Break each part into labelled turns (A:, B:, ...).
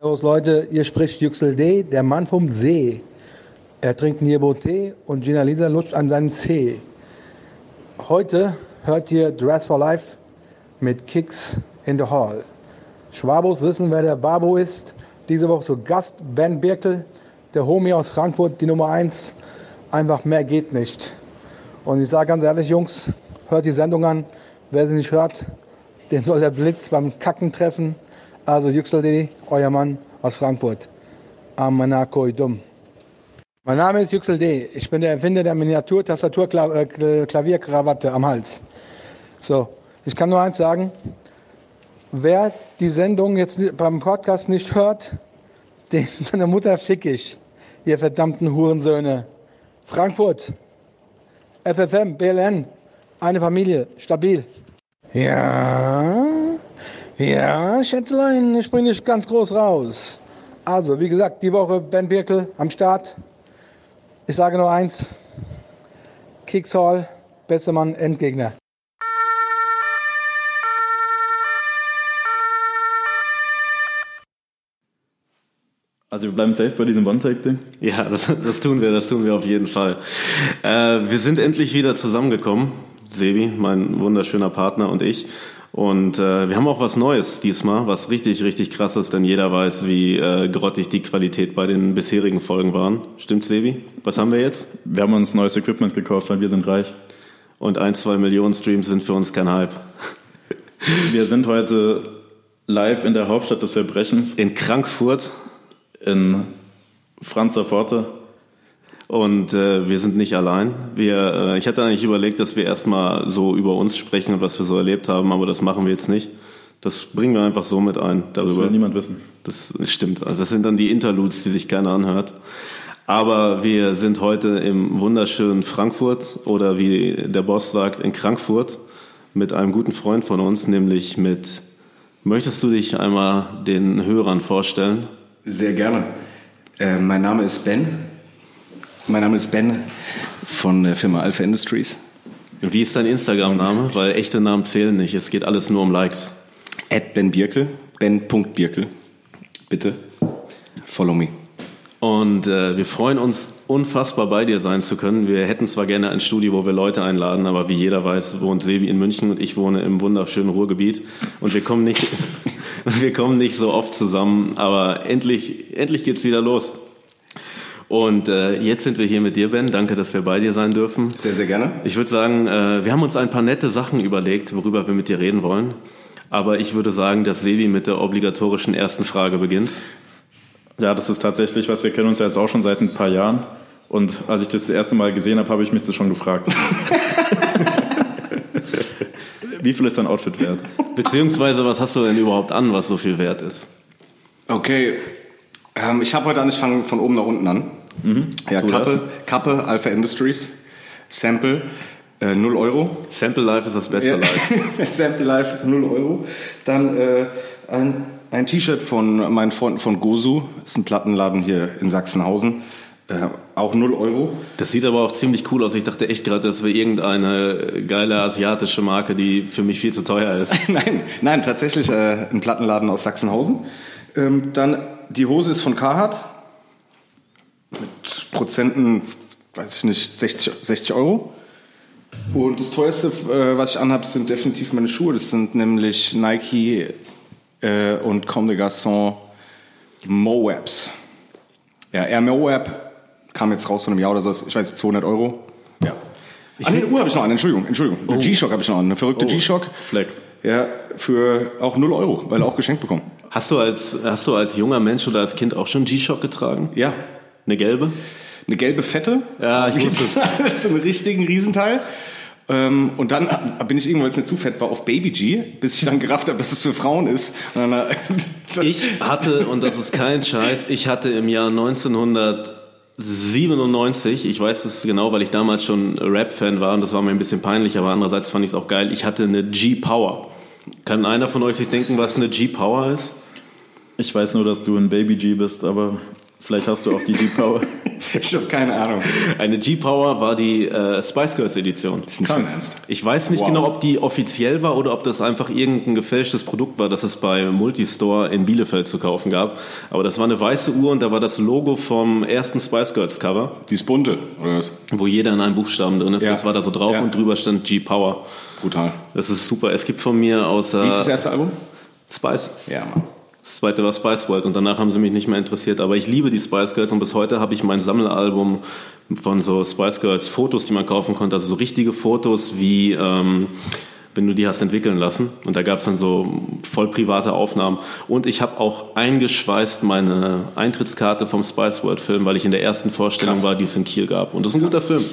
A: Servus Leute, ihr spricht Yüksel D., der Mann vom See. Er trinkt Nierbo-Tee und Gina Lisa lutscht an seinen Zeh. Heute hört ihr Dress for Life mit Kicks in the Hall. Schwabos wissen, wer der Babo ist. Diese Woche zu Gast Ben Birkel, der Homie aus Frankfurt, die Nummer 1. Einfach mehr geht nicht. Und ich sage ganz ehrlich, Jungs, hört die Sendung an. Wer sie nicht hört, den soll der Blitz beim Kacken treffen. Also Yüksel D., euer Mann aus Frankfurt. Amanakoi dumm. Mein Name ist Yüksel D. Ich bin der Erfinder der Miniatur-Tastatur-Klavierkrawatte am Hals. So, ich kann nur eins sagen. Wer die Sendung jetzt beim Podcast nicht hört, den, seine Mutter fick ich. Ihr verdammten Hurensöhne. Frankfurt, FFM, BLN, eine Familie, stabil. Ja, ja, Schätzlein, ich bringe dich ganz groß raus. Also, wie gesagt, die Woche Ben Birkel am Start. Ich sage nur eins: Kicks Hall, bester Mann, Endgegner.
B: Also wir bleiben safe bei diesem One-Take-Ding.
C: Ja, das, das tun wir, das tun wir auf jeden Fall. Äh, wir sind endlich wieder zusammengekommen, Sebi, mein wunderschöner Partner und ich. Und äh, wir haben auch was Neues diesmal, was richtig, richtig krass ist, denn jeder weiß, wie äh, grottig die Qualität bei den bisherigen Folgen waren. Stimmt, Sebi? Was haben wir jetzt?
B: Wir haben uns neues Equipment gekauft, weil wir sind reich.
C: Und ein, zwei Millionen Streams sind für uns kein Hype.
B: Wir sind heute live in der Hauptstadt des Verbrechens
C: In Frankfurt
B: in Franzer Forte.
C: Und äh, wir sind nicht allein. Wir, äh, ich hatte eigentlich überlegt, dass wir erstmal so über uns sprechen und was wir so erlebt haben, aber das machen wir jetzt nicht. Das bringen wir einfach so mit ein.
B: Das
C: Darüber.
B: will niemand wissen.
C: Das stimmt. Also das sind dann die Interludes, die sich keiner anhört. Aber wir sind heute im wunderschönen Frankfurt oder wie der Boss sagt, in Frankfurt mit einem guten Freund von uns, nämlich mit. Möchtest du dich einmal den Hörern vorstellen?
D: Sehr gerne. Äh, mein Name ist Ben. Mein Name ist Ben von der Firma Alpha Industries.
C: Wie ist dein Instagram-Name? Weil echte Namen zählen nicht. Es geht alles nur um Likes.
D: At Ben Birkel. Ben.Birkel. Bitte. Follow me.
C: Und äh, wir freuen uns unfassbar bei dir sein zu können. Wir hätten zwar gerne ein Studio, wo wir Leute einladen, aber wie jeder weiß, wohnt Sebi in München und ich wohne im wunderschönen Ruhrgebiet und wir kommen nicht wir kommen nicht so oft zusammen, aber endlich endlich geht's wieder los. Und äh, jetzt sind wir hier mit dir Ben. Danke, dass wir bei dir sein dürfen.
D: Sehr, sehr gerne.
C: Ich würde sagen, äh, wir haben uns ein paar nette Sachen überlegt, worüber wir mit dir reden wollen. Aber ich würde sagen, dass Sebi mit der obligatorischen ersten Frage beginnt.
B: Ja, das ist tatsächlich was. Wir kennen uns ja jetzt auch schon seit ein paar Jahren. Und als ich das das erste Mal gesehen habe, habe ich mich das schon gefragt. Wie viel ist dein Outfit wert?
C: Beziehungsweise, was hast du denn überhaupt an, was so viel wert ist?
D: Okay. Ähm, ich habe heute an, ich fange von oben nach unten an. Ja,
C: Mhm. tu das.
D: Kappe, Kappe, Alpha Industries. Sample, äh, 0 Euro.
C: Sample Life ist das beste
D: Ja.
C: Life.
D: Sample Life 0 Euro. Dann äh, ein, ein T-Shirt von meinen Freunden von Gosu. Ist ein Plattenladen hier in Sachsenhausen. Äh, auch 0 Euro.
C: Das sieht aber auch ziemlich cool aus. Ich dachte echt gerade, das wäre irgendeine geile asiatische Marke, die für mich viel zu teuer ist.
D: nein, nein, tatsächlich äh, ein Plattenladen aus Sachsenhausen. Ähm, dann die Hose ist von Carhartt. Mit Prozenten, weiß ich nicht, 60, 60 Euro. Und das teuerste, äh, was ich anhabe, sind definitiv meine Schuhe. Das sind nämlich Nike äh, und Comme des Garçons Moabs. Ja, Air Moab kam jetzt raus vor einem Jahr oder so. Ich weiß nicht, 200 Euro. Ja. an den Uhr habe ich noch an, Entschuldigung, Entschuldigung. Eine G-Shock habe ich noch an, eine verrückte G-Shock.
B: Flex.
D: Ja, für auch 0 Euro, weil auch geschenkt bekommen.
C: Hast du als, hast du als junger Mensch oder als Kind auch schon G-Shock getragen?
D: Ja.
C: Eine gelbe?
D: Eine gelbe Fette.
C: Ja, ich wusste es.
D: es. so einen richtigen Riesenteil. Ähm, und dann bin ich irgendwann, weil es mir zu fett war, auf Baby G, bis ich dann gerafft habe, dass es für Frauen ist. Und dann, äh,
C: Ich hatte, und das ist kein Scheiß, ich hatte im Jahr 1997, ich weiß es genau, weil ich damals schon Rap-Fan war und das war mir ein bisschen peinlich, aber andererseits fand ich es auch geil. Ich hatte eine G-Power. Kann einer von euch sich denken, was eine G-Power ist?
B: Ich weiß nur, dass du ein Baby G bist, aber vielleicht hast du auch die Deep Power.
D: Ich habe keine Ahnung.
C: Eine G-Power war die äh, Spice Girls Edition.
D: Das ist nicht dein Ernst.
C: Ich weiß nicht
D: Wow.
C: genau, ob die offiziell war oder ob das einfach irgendein gefälschtes Produkt war, das es bei Multistore in Bielefeld zu kaufen gab. Aber das war eine weiße Uhr und da war das Logo vom ersten Spice Girls Cover,
D: Die ist bunte, oder was?
C: wo jeder in einem Buchstaben drin ist.
D: Ja.
C: Das war da so drauf
D: Ja.
C: und drüber stand G-Power.
D: Brutal.
C: Das ist super. Es gibt von mir
D: Wie ist das
C: außer
D: erste Album?
C: Spice.
D: Ja, Mann.
C: Das zweite war Spice World und danach haben sie mich nicht mehr interessiert. Aber ich liebe die Spice Girls und bis heute habe ich mein Sammelalbum von so Spice Girls Fotos, die man kaufen konnte. Also so richtige Fotos wie, ähm, wenn du die hast entwickeln lassen. Und da gab es dann so voll private Aufnahmen. Und ich habe auch eingeschweißt meine Eintrittskarte vom Spice World Film, weil ich in der ersten Vorstellung war, die es in Kiel gab. Und das ist ein guter Film.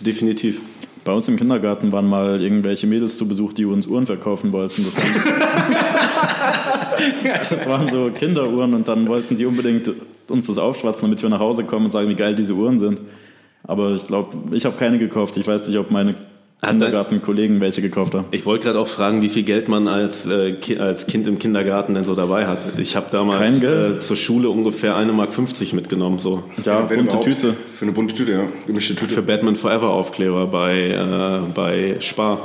C: Definitiv.
B: Bei uns im Kindergarten waren mal irgendwelche Mädels zu Besuch, die uns Uhren verkaufen wollten. Das waren, das waren so Kinderuhren und dann wollten sie unbedingt uns das aufschwatzen, damit wir nach Hause kommen und sagen, wie geil diese Uhren sind. Aber ich glaube, ich habe keine gekauft. Ich weiß nicht, ob meine
C: dein-
B: Kindergartenkollegen welche gekauft haben.
C: Ich wollte gerade auch fragen, wie viel Geld man als, äh, Ki- als Kind im Kindergarten denn so dabei hat. Ich habe damals
B: Kein Geld.
C: äh, zur Schule ungefähr 1,50 Mark mitgenommen, so.
B: Ja, bunte
D: überhaupt.
B: Tüte.
D: Für eine bunte Tüte, ja. Gemischte Tüte.
C: Für Batman Forever Aufkleber bei, äh, bei Spar.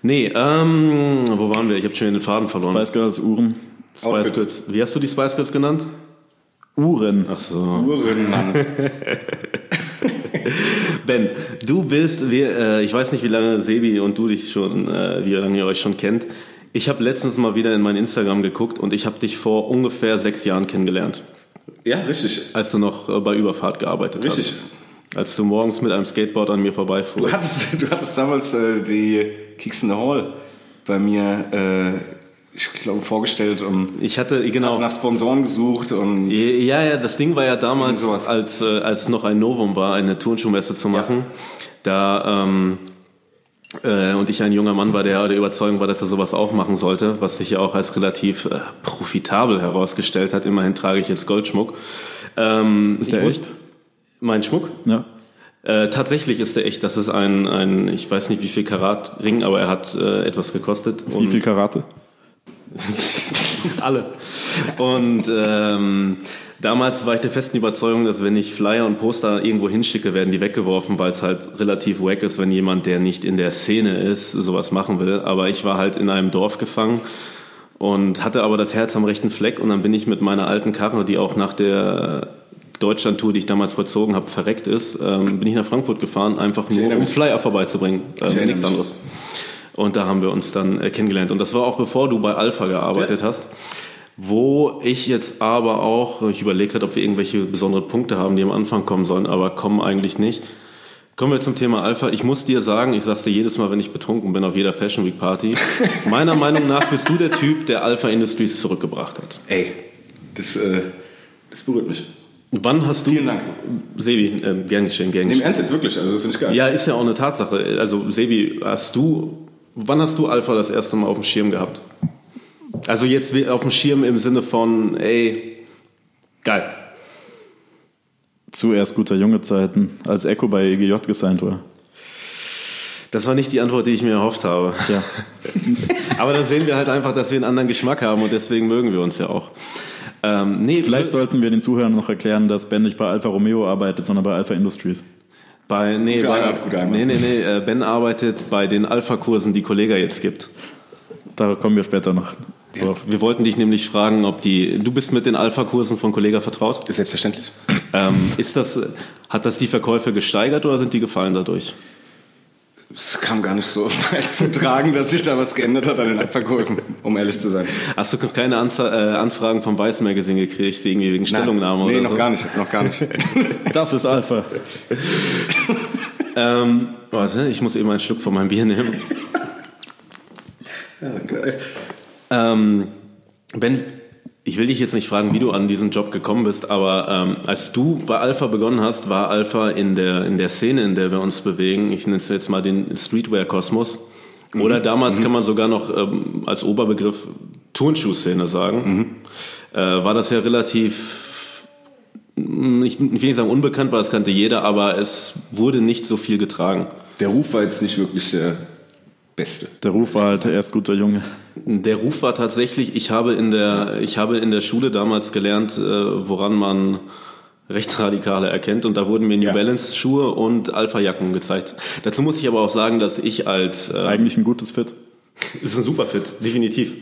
C: Nee, ähm, wo waren wir? Ich habe schon den Faden verloren.
B: Spice Girls Uhren.
C: Spice Girls. Wie hast du die Spice Girls genannt?
B: Uhren.
C: Ach so.
D: Uhren, Mann.
C: Ben, du bist, wir, äh, ich weiß nicht, wie lange Sebi und du dich schon, äh, wie lange ihr euch schon kennt. Ich habe letztens mal wieder in mein Instagram geguckt und ich habe dich vor ungefähr sechs Jahren kennengelernt.
D: ja, richtig.
C: Als du noch äh, bei Überfahrt gearbeitet
D: Richtig.
C: hast. Als du morgens mit einem Skateboard an mir
D: Du
C: vorbeifuhrst.
D: hattest, du hattest damals äh, die Kicks in the Hall bei mir, äh, ich glaube, vorgestellt und
C: Ich hatte, genau.
D: nach Sponsoren gesucht und
C: Ja, ja, das Ding war ja damals,
D: Irgend sowas.
C: als, äh, als noch ein Novum war, eine Turnschuhmesse zu machen. Da, ähm, äh, und ich ein junger Mann war, der der Überzeugung war, dass er sowas auch machen sollte, was sich ja auch als relativ äh, profitabel herausgestellt hat. Immerhin trage ich jetzt Goldschmuck. Ähm, Ist
B: der
C: Mein Schmuck?
B: Ja.
C: Äh, tatsächlich ist der echt. Das ist ein, ein, ich weiß nicht wie viel Karat Ring, aber er hat äh, etwas gekostet.
B: Wie
C: und-
B: viel Karate?
C: alle. Und ähm, damals war ich der festen Überzeugung, dass wenn ich Flyer und Poster irgendwo hinschicke, werden die weggeworfen, weil es halt relativ wack ist, wenn jemand, der nicht in der Szene ist, sowas machen will. Aber ich war halt in einem Dorf gefangen und hatte aber das Herz am rechten Fleck und dann bin ich mit meiner alten Karre, die auch nach der Deutschland-Tour, die ich damals vollzogen habe, verreckt ist, ähm, bin ich nach Frankfurt gefahren, einfach nur
D: erinnere
C: um
D: mich.
C: Flyer vorbeizubringen. Ähm,
D: erinnere
C: nichts
D: mich.
C: anderes. Und da haben wir uns dann äh, kennengelernt. Und das war auch bevor du bei Alpha gearbeitet hast. Wo ich jetzt aber auch, ich überlege gerade, ob wir irgendwelche besonderen Punkte haben, die am Anfang kommen sollen, aber kommen eigentlich nicht. Kommen wir zum Thema Alpha. Ich muss dir sagen, ich sag's dir jedes Mal, wenn ich betrunken bin auf jeder Fashion Week Party. Meiner Meinung nach bist du der Typ, der Alpha Industries zurückgebracht hat.
D: ey, das, äh, das berührt mich.
C: Wann hast du.
D: Vielen Dank.
C: Sebi, äh, gern geschehen, gern
D: Im
C: geschehen.
D: Ernst jetzt wirklich, also das finde ich geil.
C: Ja, ist ja auch eine Tatsache. Also, Sebi, hast du, wann hast du Alpha das erste Mal auf dem Schirm gehabt? Also, jetzt we- auf dem Schirm im Sinne von, ey, geil.
B: Zuerst guter Junge Zeiten, als Echo bei EGJ gesigned war.
C: Das war nicht die Antwort, die ich mir erhofft habe.
B: Tja.
C: Aber da sehen wir halt einfach, dass wir einen anderen Geschmack haben und deswegen mögen wir uns ja auch. Ähm, nee,
B: Vielleicht sollten wir den Zuhörern noch erklären, dass Ben nicht bei Alfa Romeo arbeitet, sondern bei Alfa Industries.
C: bei, nee,
D: Gute
C: bei,
D: Einwand, gute Einwand.
C: nee, nee, nee, äh, Ben arbeitet bei den Alpha-Kursen, die Kollega jetzt gibt.
B: Da kommen wir später noch drauf.
C: Wir wollten dich nämlich fragen, ob die, du bist mit den Alpha-Kursen von Kollega vertraut?
D: Ist Selbstverständlich.
C: Ähm, ist das, hat das die Verkäufe gesteigert oder sind die gefallen dadurch?
D: Es kam gar nicht so weit zu tragen, dass sich da was geändert hat an den Abverkäufen, um ehrlich zu sein.
C: Hast du noch keine Anza äh, Anfragen vom Weiß Magazine gekriegt, irgendwie wegen Stellungnahme
D: Nein, nee,
C: oder
D: noch
C: so?
D: gar nicht, noch gar nicht.
B: Das ist Alpha.
C: Ähm, warte, ich muss eben einen Schluck von meinem Bier nehmen. Ähm, ben, ich will dich jetzt nicht fragen, wie du an diesen Job gekommen bist, aber ähm, als du bei Alpha begonnen hast, war Alpha in der, in der Szene, in der wir uns bewegen, ich nenne es jetzt mal den Streetwear-Kosmos, oder damals kann man sogar noch ähm, als Oberbegriff Turnschuhszene sagen, äh, war das ja relativ, mh, ich, ich will nicht sagen unbekannt, weil das kannte jeder, aber es wurde nicht so viel getragen.
D: Der Ruf war jetzt nicht wirklich der beste.
B: Der Ruf war halt erst guter Junge.
C: Der Ruf war tatsächlich, ich habe in der, ich habe in der Schule damals gelernt, äh, woran man Rechtsradikale erkennt. Und da wurden mir New
B: Ja.
C: Balance Schuhe und Alpha-Jacken gezeigt. Dazu muss ich aber auch sagen, dass ich als äh,
B: Eigentlich ein gutes Fit.
C: ist ein Superfit, definitiv.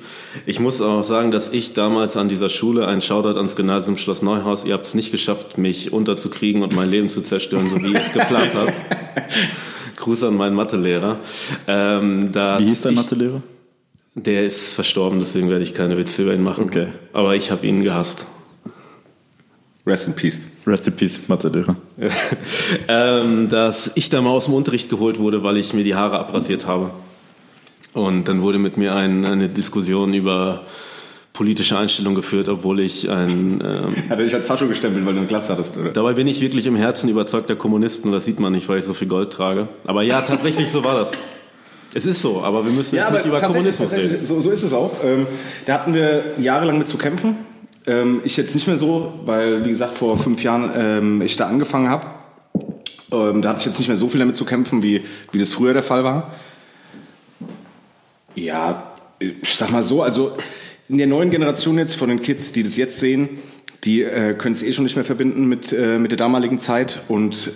C: Ich muss auch sagen, dass ich damals an dieser Schule ein Shoutout ans Gymnasium Schloss Neuhaus, ihr habt es nicht geschafft, mich unterzukriegen und mein Leben zu zerstören, so wie ihr es geplant habt. Gruß an meinen Mathelehrer. Ähm, dass
B: Wie hieß dein
C: ich-
B: Mathelehrer?
C: Der ist verstorben, deswegen werde ich keine Witze über ihn machen.
B: Okay.
C: Aber ich habe ihn gehasst.
D: Rest in Peace.
B: Rest in Peace, Mathelehrer.
C: ähm, dass ich da mal aus dem Unterricht geholt wurde, weil ich mir die Haare abrasiert habe. Und dann wurde mit mir ein, eine Diskussion über politische Einstellung geführt, obwohl ich ein... Ähm,
D: Hat er dich als Fascho gestempelt, weil du eine Glatze hattest, oder?
C: dabei bin ich wirklich im Herzen überzeugter Kommunist und das sieht man nicht, weil ich so viel Gold trage. Aber ja, tatsächlich so war das. Es ist so, aber wir müssen jetzt nicht über
D: tatsächlich-
C: Kommunismus
D: tatsächlich,
C: reden.
D: So, so ist es auch. Ähm, da hatten wir jahrelang mit zu kämpfen. Ähm, ich jetzt nicht mehr so, weil, wie gesagt, vor fünf Jahren ähm, ich da angefangen habe. Ähm, da hatte ich jetzt nicht mehr so viel damit zu kämpfen, wie, wie das früher der Fall war. Ja, ich sag mal so, also in der neuen Generation jetzt von den Kids, die das jetzt sehen, die äh, können es eh schon nicht mehr verbinden mit, äh, mit der damaligen Zeit und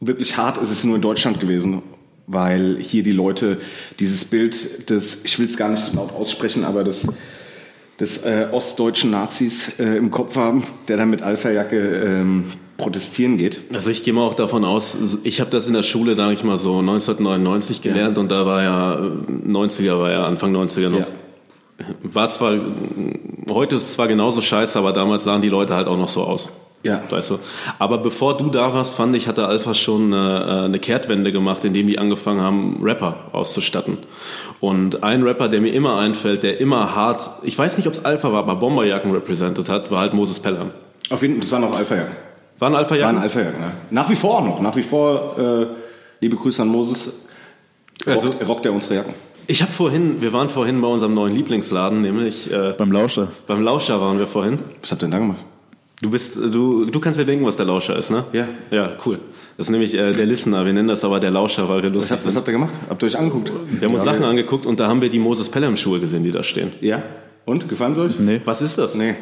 D: wirklich hart ist es nur in Deutschland gewesen, weil hier die Leute dieses Bild des, ich will es gar nicht so laut aussprechen, aber des, des äh, ostdeutschen Nazis äh, im Kopf haben, der dann mit Alpha-Jacke ähm, protestieren geht.
C: Also ich gehe mal auch davon aus, ich habe das in der Schule, sage ich mal so, 1999 gelernt und da war ja, äh, 90er war ja Anfang 90er noch.
D: Ja.
C: War zwar, heute ist es zwar genauso scheiße, aber damals sahen die Leute halt auch noch so aus.
D: Ja.
C: Weißt du? Aber bevor du da warst, fand ich, hatte Alpha schon eine, äh, eine Kehrtwende gemacht, indem die angefangen haben, Rapper auszustatten. Und ein Rapper, der mir immer einfällt, der immer hart, ich weiß nicht, ob es Alpha war, aber Bomberjacken represented hat, war halt Moses Pelham.
D: Auf jeden Fall, das waren auch Alpha-Jacken.
C: War ein Alpha-Jacken?
D: Waren Alpha-Jacken, ne? Nach wie vor auch noch. Nach wie vor, äh, liebe Grüße an Moses, rockt,
C: Also-
D: rockt er unsere Jacken.
C: Ich habe vorhin, wir waren vorhin bei unserem neuen Lieblingsladen, nämlich äh,
B: Beim Lauscher.
C: beim Lauscher waren wir vorhin.
D: Was habt ihr denn da gemacht?
C: Du bist, äh, du, du kannst ja denken, was der Lauscher ist, ne?
D: Ja.
C: Ja, cool. Das ist nämlich äh, der Listener. Wir nennen das aber der Lauscher, weil wir
D: Was
C: lustig
D: habt, was
C: sind.
D: habt ihr gemacht? Habt ihr euch angeguckt?
C: Wir haben uns Sachen angeguckt und da haben wir die Moses Pelham Schuhe gesehen, die da stehen.
D: Ja. Und? Gefallen euch?
B: Nee.
C: Was ist das?
D: Nee.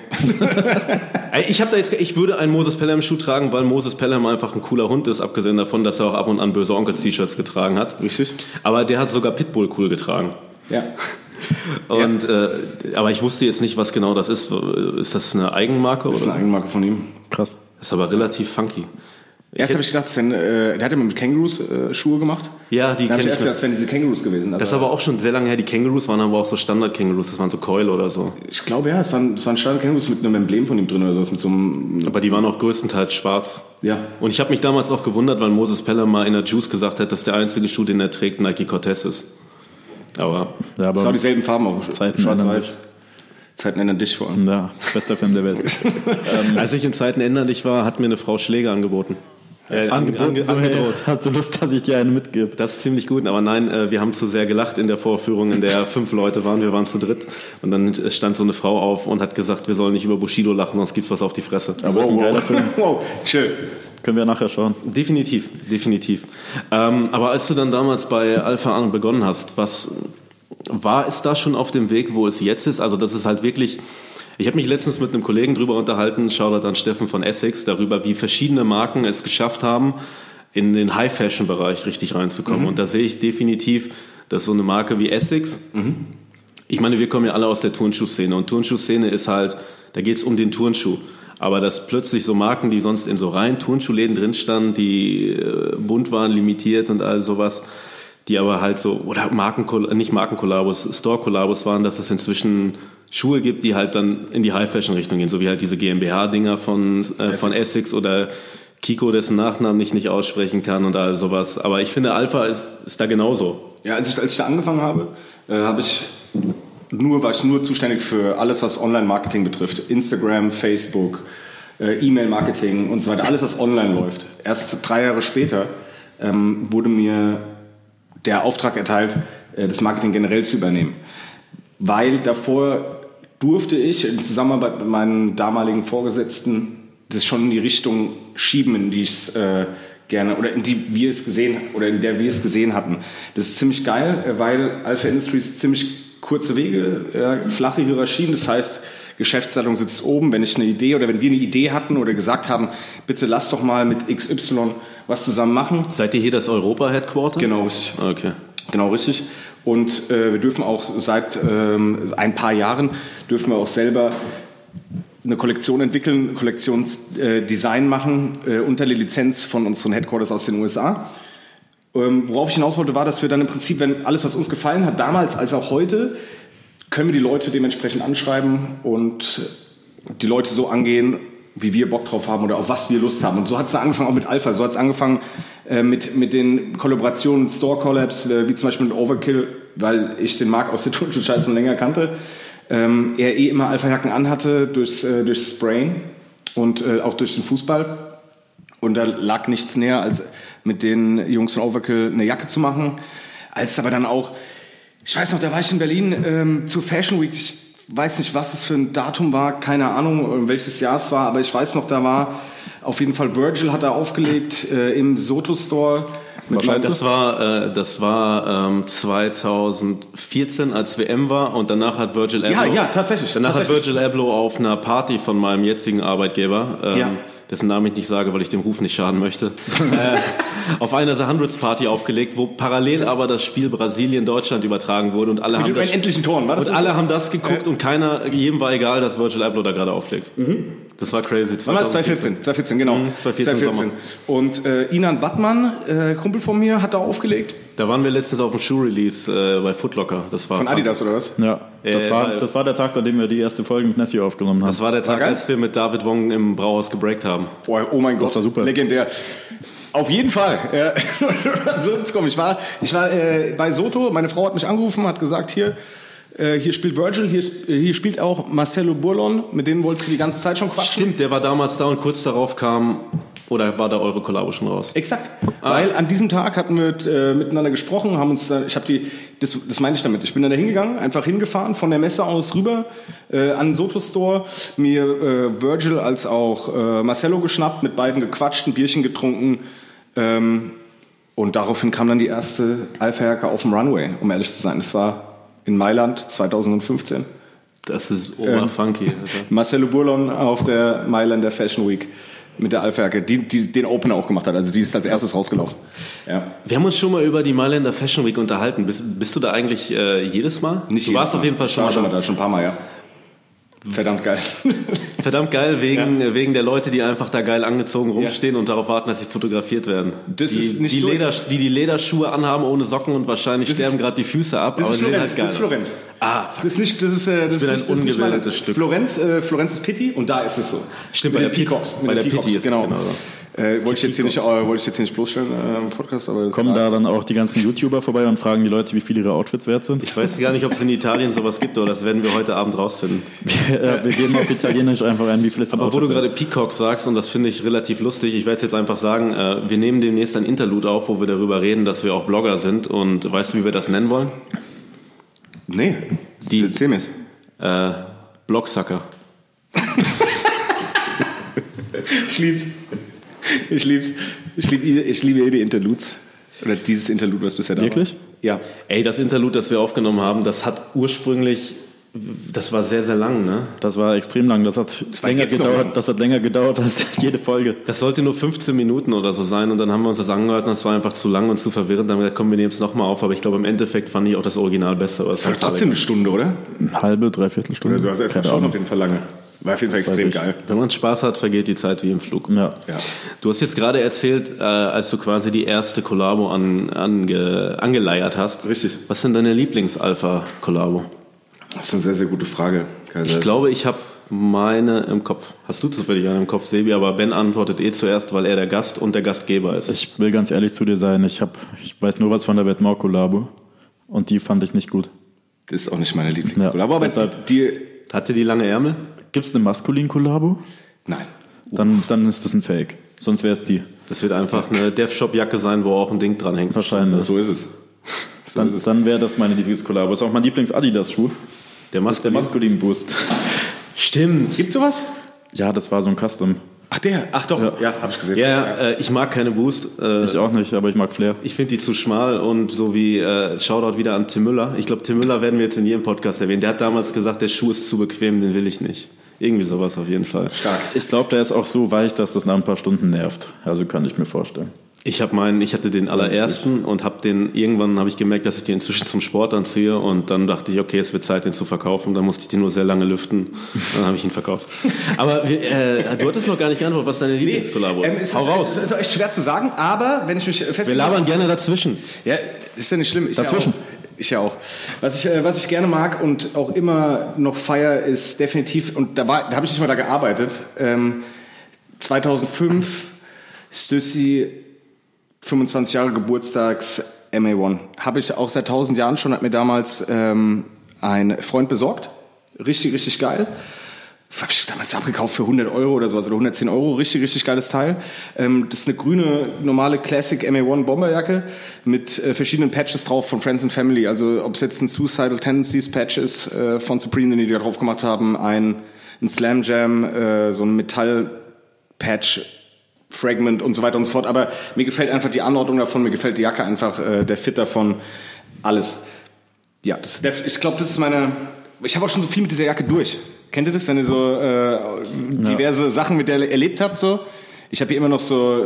C: Ey, Ich habe da jetzt, ich würde einen Moses Pelham Schuh tragen, weil Moses Pelham einfach ein cooler Hund ist, abgesehen davon, dass er auch ab und an böse Onkel T-Shirts getragen hat.
D: Richtig?
C: Aber der hat sogar Pitbull cool getragen.
D: Ja.
C: Und äh, aber ich wusste jetzt nicht, was genau das ist. Ist das eine Eigenmarke
D: Das ist
C: oder?
D: eine Eigenmarke von ihm.
B: Krass.
C: Das ist aber relativ funky.
D: Erst habe ich gedacht, Sven, äh, der hat immer mit Kängurus äh, Schuhe gemacht.
C: Ja, die
D: Dann
C: kenne
D: habe ich
C: ich.
D: erst
C: noch.
D: gedacht, Sven, diese Kängurus gewesen. Aber
C: Das ist aber auch schon sehr lange her. Die Kängurus waren aber auch so Standard-Kängurus. Das waren so Keule oder so.
D: ich glaube ja, es waren, es waren starke Kängurus mit einem Emblem von ihm drin oder sowas. Mit so einem,
C: Aber die waren auch größtenteils schwarz.
D: ja.
C: Und ich habe mich damals auch gewundert, weil Moses Pelham mal in der Juice gesagt hat, dass der einzige Schuh, den er trägt, Nike Cortez ist. Aber
B: Ja,
D: Es waren
B: aber
D: dieselben Farben auch.
B: Zeiten ändern sich.
D: Schwarz-Weiß. Zeiten ändern dich vor allem.
B: ja, bester Film der Welt.
C: als ich in Zeiten änderlich war, hat mir eine Frau Schläge angeboten. Äh, ange-
B: so, hey,
C: angedroht.
B: hast du Lust, dass ich dir einen mitgebe?
C: Das ist ziemlich gut, aber nein, äh, wir haben zu sehr gelacht in der Vorführung, in der fünf Leute waren, wir waren zu dritt. Und dann äh, stand so eine Frau auf und hat gesagt, wir sollen nicht über Bushido lachen, sonst gibt's was auf die Fresse.
B: Aber ist ein geiler Film.
D: Wow, chill.
C: Oh.
B: Können wir nachher schauen.
C: Definitiv, definitiv. Ähm, aber als du dann damals bei Alpha An begonnen hast, was war es da schon auf dem Weg, wo es jetzt ist? Also das ist halt wirklich. Ich habe mich letztens mit einem Kollegen drüber unterhalten, Shoutout an Steffen von Essex, darüber, wie verschiedene Marken es geschafft haben, in den High-Fashion-Bereich richtig reinzukommen. Und da sehe ich definitiv, dass so eine Marke wie Essex, ich meine, wir kommen ja alle aus der Turnschuhszene und Turnschuhszene ist halt, da geht's um den Turnschuh. Aber dass plötzlich so Marken, die sonst in so rein Turnschuhläden drin standen, die äh, bunt waren, limitiert und all sowas, die aber halt so, oder Marken, nicht Markenkollabos, Store-Kollabos waren, dass es inzwischen Schuhe gibt, die halt dann in die High-Fashion-Richtung gehen, so wie halt diese GmbH-Dinger von, äh, von Essex oder Kiko, dessen Nachnamen ich nicht aussprechen kann und all sowas. Aber ich finde, Alpha ist, ist da genauso.
D: Ja, als ich, als ich da angefangen habe, äh, habe ich nur, war ich nur zuständig für alles, was Online-Marketing betrifft. Instagram, Facebook, äh, E-Mail-Marketing und so weiter. Alles, was online läuft. Erst drei Jahre später ähm, wurde mir der Auftrag erteilt, äh, das Marketing generell zu übernehmen. Weil davor durfte ich in Zusammenarbeit mit meinen damaligen Vorgesetzten das schon in die Richtung schieben, in die ich es äh, gerne oder in die wir es gesehen oder in der wir es gesehen hatten. Das ist ziemlich geil, äh, weil Alpha Industries ziemlich kurze Wege, äh, flache Hierarchien, das heißt, Geschäftsleitung sitzt oben, wenn ich eine Idee oder wenn wir eine Idee hatten oder gesagt haben, bitte lass doch mal mit XY was zusammen machen.
C: Seid ihr hier das Europa-Headquarter?
D: Genau, richtig.
C: Okay.
D: Genau, richtig. Und äh, wir dürfen auch seit ähm, ein paar Jahren dürfen wir auch selber eine Kollektion entwickeln, Kollektionsdesign machen äh, unter der Lizenz von unseren Headquarters aus den USA. Ähm, worauf ich hinaus wollte, war, dass wir dann im Prinzip, wenn alles, was uns gefallen hat, damals als auch heute, können wir die Leute dementsprechend anschreiben und die Leute so angehen, wie wir Bock drauf haben oder auf was wir Lust haben. Und so hat es angefangen, auch mit Alpha, so hat es angefangen äh, mit, mit den Kollaborationen, Store-Collabs, äh, wie zum Beispiel mit Overkill, weil ich den Marc aus der Turnschuhscheiße schon länger kannte. Ähm, er eh immer Alpha-Jacken anhatte durchs, äh, durchs Sprain und äh, auch durch den Fußball. Und da lag nichts näher, als mit den Jungs von Overkill eine Jacke zu machen. Als aber dann auch, ich weiß noch, da war ich in Berlin ähm, zur Fashion Week. Ich weiß nicht, was es für ein Datum war, keine Ahnung, äh, welches Jahr es war, aber ich weiß noch, da war auf jeden Fall Virgil hat da aufgelegt äh, im Soto Store. Mit
C: Wahrscheinlich, das
D: Leipzig.
C: war, äh, das war ähm, 2014, als WM war und danach hat Virgil Abloh...
D: Ja, ja, tatsächlich,
C: also Danach
D: tatsächlich.
C: hat Virgil Abloh auf einer Party von meinem jetzigen Arbeitgeber, ähm,
D: Ja.
C: dessen Namen ich nicht sage, weil ich dem Ruf nicht schaden möchte, äh, auf einer The Hundreds Party aufgelegt, wo parallel aber das Spiel Brasilien-Deutschland übertragen wurde und alle haben
D: mit
C: das...
D: den endlichen Toren, war das?
C: Und
D: das?
C: alle haben das geguckt und keiner, jedem war egal, dass Virgil Abloh da gerade auflegt. Das war crazy.
D: Mhm. Wann war das? 2014, 2014, genau.
C: Mhm, 2014
D: Und äh, Inan Battmann, äh, Kumpel von mir, hat da aufgelegt.
C: Da waren wir letztens auf dem Shoe-Release äh, bei Footlocker. Das war
D: Von
C: fun-
D: Adidas oder was?
B: Ja, das,
C: Äh,
B: war,
C: weil-
B: das war der Tag, an dem wir die erste Folge mit Nessie aufgenommen haben.
C: Das war der Tag,
D: geil.
C: als wir mit David Wong im Brauhaus gebreakt haben.
D: Oh, oh mein Gott,
B: Das war super.
D: legendär. Auf jeden Fall. Ja. Sonst komm, ich war, ich war äh, bei Soto, meine Frau hat mich angerufen, hat gesagt, hier, äh, hier spielt Virgil, hier, äh, hier spielt auch Marcelo Burlon, mit denen wolltest du die ganze Zeit schon quatschen.
C: Stimmt, der war damals da und kurz darauf kam, oder war da eure Kollabo schon raus?
D: Exakt. Weil an diesem Tag hatten wir äh, miteinander gesprochen, haben uns, da- ich habe die, das, das meine ich damit, ich bin dann da hingegangen, einfach hingefahren, von der Messe aus rüber äh, an den Soto Store, mir äh, Virgil als auch äh, Marcello geschnappt, mit beiden gequatscht, ein Bierchen getrunken ähm, und daraufhin kam dann die erste Alpha-Jacke auf dem Runway, um ehrlich zu sein. Das war in Mailand 2015.
C: Das ist oberfunky. Alter.
D: Marcelo Burlon auf der Mailänder Fashion Week mit der Alpha-Jacke, die, die den Opener auch gemacht hat. Also die ist als erstes rausgelaufen. Ja.
C: Wir haben uns schon mal über die Mailänder Fashion Week unterhalten. Bist, bist du da eigentlich äh, jedes Mal?
D: Nicht
C: du
D: jedes
C: warst auf jeden Fall
D: Ich
C: schon
D: war
C: mal
D: schon
C: da.
D: mal da, schon ein paar Mal, ja. Verdammt geil.
C: Verdammt geil, wegen, wegen der Leute, die einfach da geil angezogen rumstehen und darauf warten, dass sie fotografiert werden.
D: Das
C: die,
D: ist nicht
C: die,
D: so
C: Leder,
D: ex-
C: die die Lederschuhe anhaben ohne Socken und wahrscheinlich
D: Das
C: sterben
D: ist-
C: gerade die Füße ab,
D: Das
C: aber
D: ist
C: sie sehen
D: Florenz,
C: halt geil.
D: das ist Florenz.
C: Ah, fuck.
D: Das ist nicht, das ist, äh, das
C: bin ein
D: ist nicht, das ist nicht
C: ungebildetes
D: meine-
C: Stück.
D: Florenz, äh, Florenz ist Pitti und da ist es so.
C: Stimmt,
D: mit
C: bei
D: den
C: der Pit-
D: Peacocks. mit
C: bei der
D: den
C: Pitti
D: Peacocks,
C: ist es
D: genau.
C: genau
D: Äh, wollte ich jetzt hier nicht, äh, wollte ich jetzt hier nicht bloßstellen äh, im Podcast, aber das
B: Kommen da dann auch die ganzen YouTuber vorbei und fragen die Leute, wie viel ihre Outfits wert sind?
C: Ich weiß gar nicht, ob es in Italien sowas gibt, aber das werden wir heute Abend rausfinden.
B: ja, Äh, wir geben auf Italienisch einfach ein, wie viel ist ein
C: Aber wo du
B: Outfit
C: gerade
B: wert?
C: Peacock sagst, und das finde ich relativ lustig, ich werde es jetzt einfach sagen, äh, wir nehmen demnächst ein Interlude auf, wo wir darüber reden, dass wir auch Blogger sind und weißt du, wie wir das nennen wollen?
D: nee,
C: Die-
D: erzähl mir's.
C: Äh, Blogsucker.
D: Ich lieb's. Ich lieb's. Ich liebe ich liebe eh die Interludes. Oder dieses Interlude, was bisher da
B: Wirklich?
D: war. Ja.
C: Ey, das Interlude, das wir aufgenommen haben, das hat ursprünglich, das war sehr, sehr lang, ne?
B: Das war extrem lang. Das hat,
D: war
B: länger
D: jetzt noch lang.
B: gedauert, das hat länger gedauert als jede Folge.
C: Das sollte nur 15 Minuten oder so sein und dann haben wir uns das angehört und das war einfach zu lang und zu verwirrend. Dann haben wir gesagt, komm, wir nehmen es nochmal auf, aber ich glaube, im Endeffekt fand ich auch das Original besser. aber es
D: Das war
C: hat-
D: trotzdem eine Stunde, oder?
B: Eine halbe, dreiviertel Stunde.
D: Oder so, also es war
B: Keine
D: schon
B: Ahnung.
D: auf jeden Fall lange. War auf jeden Fall
B: weiß
D: extrem
B: ich.
D: geil.
C: Wenn man Spaß hat, vergeht die Zeit wie im Flug.
B: Ja.
D: Ja.
C: Du hast jetzt gerade erzählt, äh, als du quasi die erste Kollabo an, ange, angeleiert hast.
D: Richtig.
C: Was sind deine Lieblings-Alpha-Kollabo?
D: Das ist eine sehr, sehr gute Frage. Kaiser.
C: Ich glaube, ich habe meine im Kopf. Hast du zufällig eine im Kopf, Sebi? Aber Ben antwortet eh zuerst, weil er der Gast und der Gastgeber ist.
B: Ich will ganz ehrlich zu dir sein. Ich, hab, ich weiß nur was von der Wetmore-Kollabo. Und die fand ich nicht gut.
D: das ist auch nicht meine Lieblingskollabo,
B: Ja,
D: aber
B: deshalb-
D: die.
C: Hatte die lange Ärmel?
B: Gibt es eine Maskulin-Kollabo?
D: Nein.
B: Dann, dann ist das ein Fake. Sonst wäre es die.
C: Das wird einfach eine Dev-Shop-Jacke sein, wo auch ein Ding dran hängt.
B: Wahrscheinlich.
D: So ist es. So
B: dann
D: ist es.
B: dann wäre das meine Lieblingskollabo. Ist auch mein Lieblings-Adidas-Schuh.
C: Der Maske.
B: Der Maskulin-Boost.
C: Stimmt.
D: Gibt's sowas?
B: Ja, das war so ein Custom.
D: Ach der, ach doch, ja, hab ich gesehen.
C: Ja, ja, äh, ich mag keine Boost. Äh,
B: Ich auch nicht, aber ich mag Flair.
C: Ich finde die zu schmal und so wie äh, Shoutout wieder an Tim Müller. Ich glaube, Tim Müller werden wir jetzt in jedem Podcast erwähnen. Der hat damals gesagt, der Schuh ist zu bequem, den will ich nicht. Irgendwie sowas auf jeden Fall.
D: Stark.
B: Ich glaube, der ist auch so weich, dass das nach ein paar Stunden nervt. Also kann ich mir vorstellen.
C: Ich habe meinen, ich hatte den allerersten und habe den irgendwann habe ich gemerkt, dass ich den inzwischen zum Sport anziehe und dann dachte ich, okay, es wird Zeit, den zu verkaufen. Dann musste ich den nur sehr lange lüften. Dann habe ich ihn verkauft. Aber wir, äh, du hattest noch gar nicht geantwortet, was deine Lieblingskollabos?
D: Ähm, es,
C: Hau
D: ist,
C: raus.
D: es ist echt schwer zu sagen, aber wenn ich mich festlege.
C: wir labern gerne dazwischen.
D: Ja, ist ja nicht schlimm. Ich
B: Dazwischen.
D: Ja auch. Ich ja auch. Was ich, äh, was ich gerne mag und auch immer noch feier, ist definitiv, und da, war- da habe ich nicht mal da gearbeitet, ähm, 2005, Stussi, 25 Jahre Geburtstags, MA1. Habe ich auch seit 1000 Jahren schon, hat mir damals ähm, ein Freund besorgt. Richtig, richtig geil. Habe ich damals abgekauft für 100 Euro oder sowas, oder 110 Euro. Richtig, richtig geiles Teil. Ähm, das ist eine grüne, normale Classic MA1 Bomberjacke mit äh, verschiedenen Patches drauf von Friends and Family. Also ob es jetzt ein Suicidal Tendencies Patch ist äh, von Supreme, den die da drauf gemacht haben, ein, ein Slam Jam, äh, so ein Metall-Patch Fragment und so weiter und so fort. Aber mir gefällt einfach die Anordnung davon, mir gefällt die Jacke einfach, äh, der Fit davon, alles. Ja, das, der, ich glaube, das ist meine. Ich habe auch schon so viel mit dieser Jacke durch. Kennt ihr das, wenn ihr so äh, diverse Sachen mit der erlebt habt? So, ich habe hier immer noch so. äh,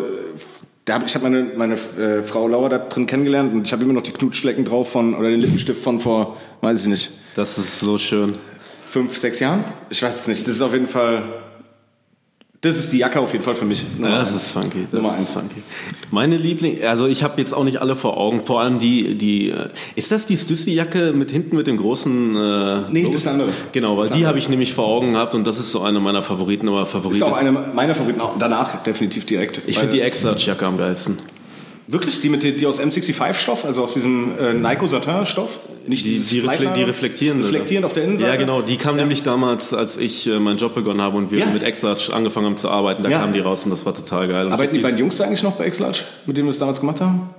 D: Da hab, ich habe meine, meine äh, Frau Laura da drin kennengelernt und ich habe immer noch die Knutschflecken drauf von oder den Lippenstift von vor, weiß ich nicht,
C: Das ist so schön.
D: fünf, sechs Jahren. Ich weiß es nicht. Das ist auf jeden Fall. Das ist die Jacke auf jeden Fall für mich.
C: Ja, das ist funky. Das
D: Nummer
C: ist
D: eins.
C: funky. Meine Liebling, also ich habe jetzt auch nicht alle vor Augen. Vor allem die, die. äh, Ist das die Stüssi-Jacke mit hinten mit dem großen? Äh,
D: Nee,
C: Logo?
D: das ist eine andere.
C: Genau, weil
D: Das ist
C: die
D: eine andere.
C: habe ich nämlich vor Augen gehabt und das ist so eine meiner Favoriten. Aber Favorit
D: Ist
C: ist,
D: auch eine meiner Favoriten. Auch danach definitiv direkt.
C: ich finde die Exarch-Jacke am geilsten.
D: wirklich die mit die, die aus M65-Stoff, also aus diesem äh, Nike Satin-Stoff. Nicht
C: Die,
D: dieses
C: die, refle
D: Flightlager.
C: die reflektierende.
D: Reflektierend auf der Innenseite.
C: Ja, genau. Die kam nämlich damals, als ich äh, meinen Job begonnen habe und wir
D: Ja.
C: mit Exarch angefangen haben zu arbeiten. Da
D: Ja.
C: kamen die raus und das war total geil. Und ich
D: Arbeiten die
C: hab
D: beiden Jungs da eigentlich noch bei X-Large, mit denen wir das damals gemacht haben?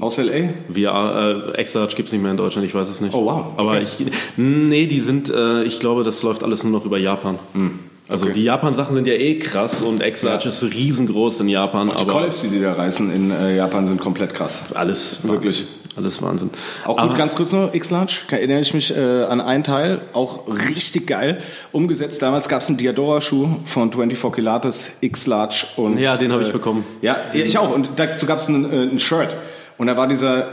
D: Aus L.A.?
C: VR, äh, Exarch gibt's nicht mehr in Deutschland, ich weiß es nicht.
D: Oh, wow.
C: Aber
D: Okay.
C: ich, nee, die sind, äh, ich glaube, das läuft alles nur noch über Japan.
D: Hm.
C: Also die Japan-Sachen sind ja eh krass und Exarch ist riesengroß in Japan,
D: Die
C: aber
D: Collabs, die die da reißen in äh, Japan, sind komplett krass.
C: alles Wahnsinn.
D: Wirklich.
C: Alles Wahnsinn. Ah.
D: Auch
C: aber,
D: gut, ganz kurz nur, X-Large, kann- erinnere ich mich äh, an einen Teil, auch richtig geil. Umgesetzt, damals gab es einen Diadora-Schuh von 24 Kilates, X-Large und... äh,
C: Ja, den habe ich bekommen.
D: Ja, ja, ich auch. Und dazu gab es ein, äh, ein Shirt. Und da war dieser,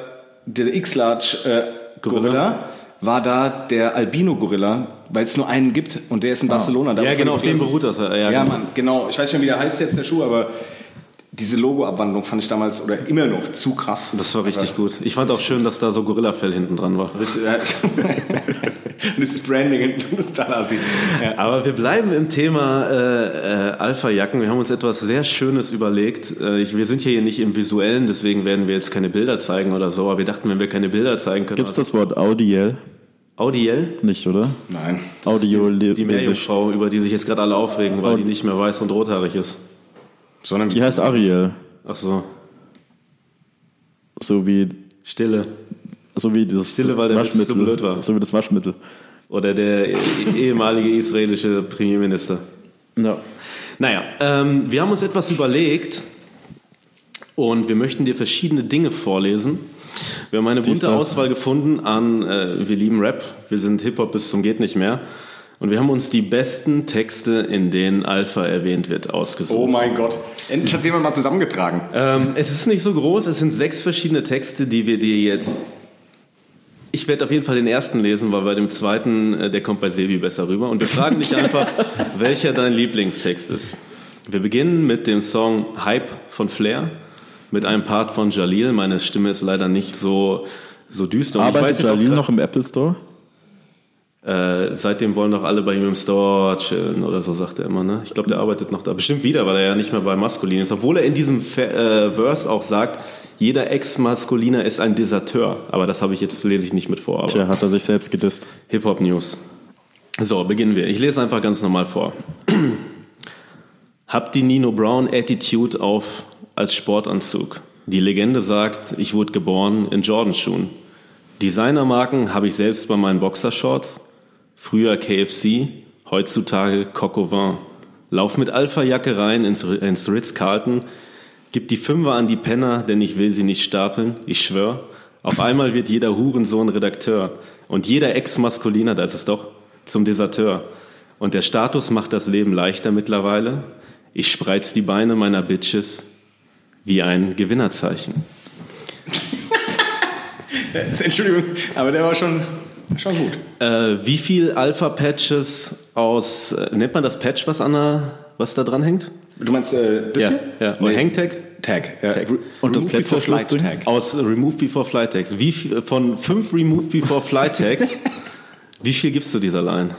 D: dieser X-Large äh, Gorilla. war da der Albino-Gorilla, weil es nur einen gibt und der ist in Barcelona. Da
C: Ja,
D: war
C: genau, auf
D: die-
C: dem beruht das. Ja,
D: Ja,
C: genau.
D: Mann, genau. Ich weiß nicht, mehr, wie der heißt jetzt, der Schuh, aber diese Logo-Abwandlung fand ich damals oder immer noch zu krass.
C: Das war richtig gut. Ich fand auch schön, dass da so Gorillafell hinten dran war.
D: Ja. Und äh, das Branding hinten, das ist total assi. Ja.
C: Aber wir bleiben im Thema äh, äh, Alpha-Jacken. Wir haben uns etwas sehr Schönes überlegt. Äh, ich, wir sind hier nicht im Visuellen, deswegen werden wir jetzt keine Bilder zeigen oder so. Aber wir dachten, wenn wir keine Bilder zeigen können, also
B: Gibt's das Wort audiell?
C: Audiell,
B: Nicht, oder?
D: Nein.
B: Audio
C: die Meerjungfrau, über die sich jetzt gerade alle aufregen, weil die nicht mehr weiß und rothaarig ist.
D: Sondern
B: Die heißt Ariel.
C: Ach so,
B: So wie,
C: Stille.
B: so wie das
C: Stille, weil der Witz
B: Waschmittel.
C: so blöd war.
B: So wie das Waschmittel.
C: Oder der eh- ehemalige israelische Premierminister.
B: Ja.
C: Naja, ähm, wir haben uns etwas überlegt und wir möchten dir verschiedene Dinge vorlesen. Wir haben eine
B: Dies,
C: bunte
B: das.
C: Auswahl gefunden an äh, Wir lieben Rap, wir sind Hip-Hop bis zum Geht nicht mehr. Und wir haben uns die besten Texte, in denen Alpha erwähnt wird, ausgesucht.
D: Oh mein Gott. Endlich hat jemand mal zusammengetragen.
C: Ähm, es ist nicht so groß, es sind sechs verschiedene Texte, die wir dir jetzt. Ich werde auf jeden Fall den ersten lesen, weil bei dem zweiten, äh, der kommt bei Sebi besser rüber. Und wir fragen dich einfach, welcher dein Lieblingstext ist. Wir beginnen mit dem Song Hype von Flair, mit einem Part von Jalil. Meine Stimme ist leider nicht so, so düster. Und ich weiß
B: Arbeitet
C: jetzt auch
B: Jalil
C: grad-
B: noch im Apple Store?
C: äh, seitdem wollen doch alle bei ihm im Store chillen oder so, sagt er immer. Ne? Ich glaube, der arbeitet noch da. Bestimmt wieder, weil er ja nicht mehr bei Maskulin ist. Obwohl er in diesem Fe äh, Verse auch sagt, jeder Ex-Maskuliner ist ein Deserteur. Aber das habe ich jetzt, lese ich nicht mit vor. Aber
B: Tja, hat er sich selbst gedisst.
C: Hip-Hop-News. So, beginnen wir. Ich lese einfach ganz normal vor. Hab die Nino Brown Attitude auf als Sportanzug. Die Legende sagt, ich wurde geboren in Jordan-Schuhen. Designermarken habe ich selbst bei meinen Boxershorts. Früher KFC, heutzutage Coq au Vin. Lauf mit Alpha-Jacke rein ins, ins Ritz-Carlton, gib die Fünfer an die Penner, denn ich will sie nicht stapeln, ich schwör. Auf einmal wird jeder Hurensohn Redakteur und jeder Ex-Maskuliner, da ist es doch, zum Deserteur. Und der Status macht das Leben leichter mittlerweile. Ich spreiz die Beine meiner Bitches wie ein Gewinnerzeichen.
D: Entschuldigung, aber der war schon, schon gut.
C: Äh, wie viel Alpha-Patches aus, äh, nennt man das Patch, was an der, was da dran hängt?
D: Du meinst äh, das hier?
C: ja. Oder
D: Nee.
C: Hangtag?
D: Tag. Ja.
C: Tag.
D: Re-
B: Und das
D: Remove before
B: Klettverschluss
D: flight
B: drin?
D: Tag.
C: Aus Remove Before Flight Tags. Wie viel, von fünf Remove Before Flight Tags, wie viel gibst du dieser Line?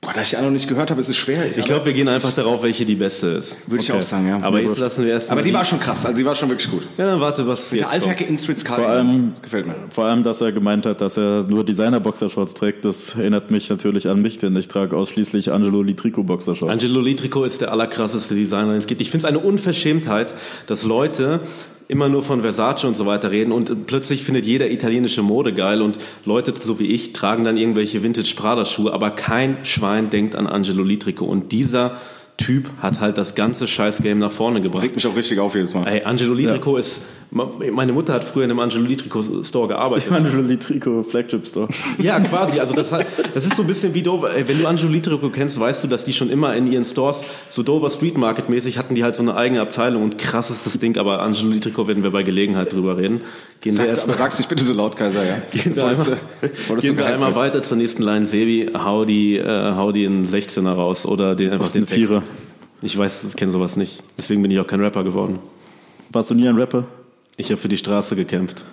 D: Boah, da ich die anderen nicht gehört habe, ist es schwer.
C: Ich glaube, wir gehen einfach darauf, welche die beste ist.
D: Würde ich auch sagen, ja.
C: Aber jetzt lassen wir erst
D: Aber
C: mal
D: die war schon krass, also die war schon wirklich gut.
C: Ja, dann warte, was
D: Der
C: jetzt kommt.
D: Alpha-Hacke in Fritz Vor
B: allem-
D: gefällt mir.
B: Vor allem, dass er gemeint hat, dass er nur Designer-Boxershorts trägt, das erinnert mich natürlich an mich, denn ich trage ausschließlich Angelo Litrico-Boxershorts.
C: Angelo Litrico ist der allerkrasseste Designer, den es gibt. Ich finde es eine Unverschämtheit, dass Leute immer nur von Versace und so weiter reden und plötzlich findet jeder italienische Mode geil und Leute, so wie ich, tragen dann irgendwelche Vintage-Prada-Schuhe, aber kein Schwein denkt an Angelo Litrico. Und dieser Typ hat halt das ganze Scheiß-Game nach vorne gebracht.
D: Regt mich auch richtig auf jedes Mal.
C: Ey, Angelo Litrico ist... ma- Meine Mutter hat früher in einem Angelo Litrico-Store gearbeitet.
B: Angelo Litrico, Flagship Store.
C: Ja, quasi. Also das, hat, das ist so ein bisschen wie Dover. Ey, Wenn du Angelo Litrico kennst, weißt du, dass die schon immer in ihren Stores, so Dover Street Market mäßig, hatten die halt so eine eigene Abteilung und krass ist das Ding, aber Angelo Litrico werden wir bei Gelegenheit drüber reden. Gehen wir
D: Sag's,
C: erstmal
D: sag's nicht bitte so laut, Kaiser, ja.
C: gehen wir
D: Bevor das-
C: einmal,
D: bevor das so
C: gehen wir
D: geheim
C: einmal
D: wird.
C: weiter zur nächsten Line. Sebi, hau die, äh, hau die in 16er raus oder den, einfach
B: ist ein
C: den Text.
B: Vierer?
C: Ich weiß, ich kenne sowas nicht. Deswegen bin ich auch kein Rapper geworden.
B: Warst du nie ein Rapper?
C: Ich habe für die Straße gekämpft,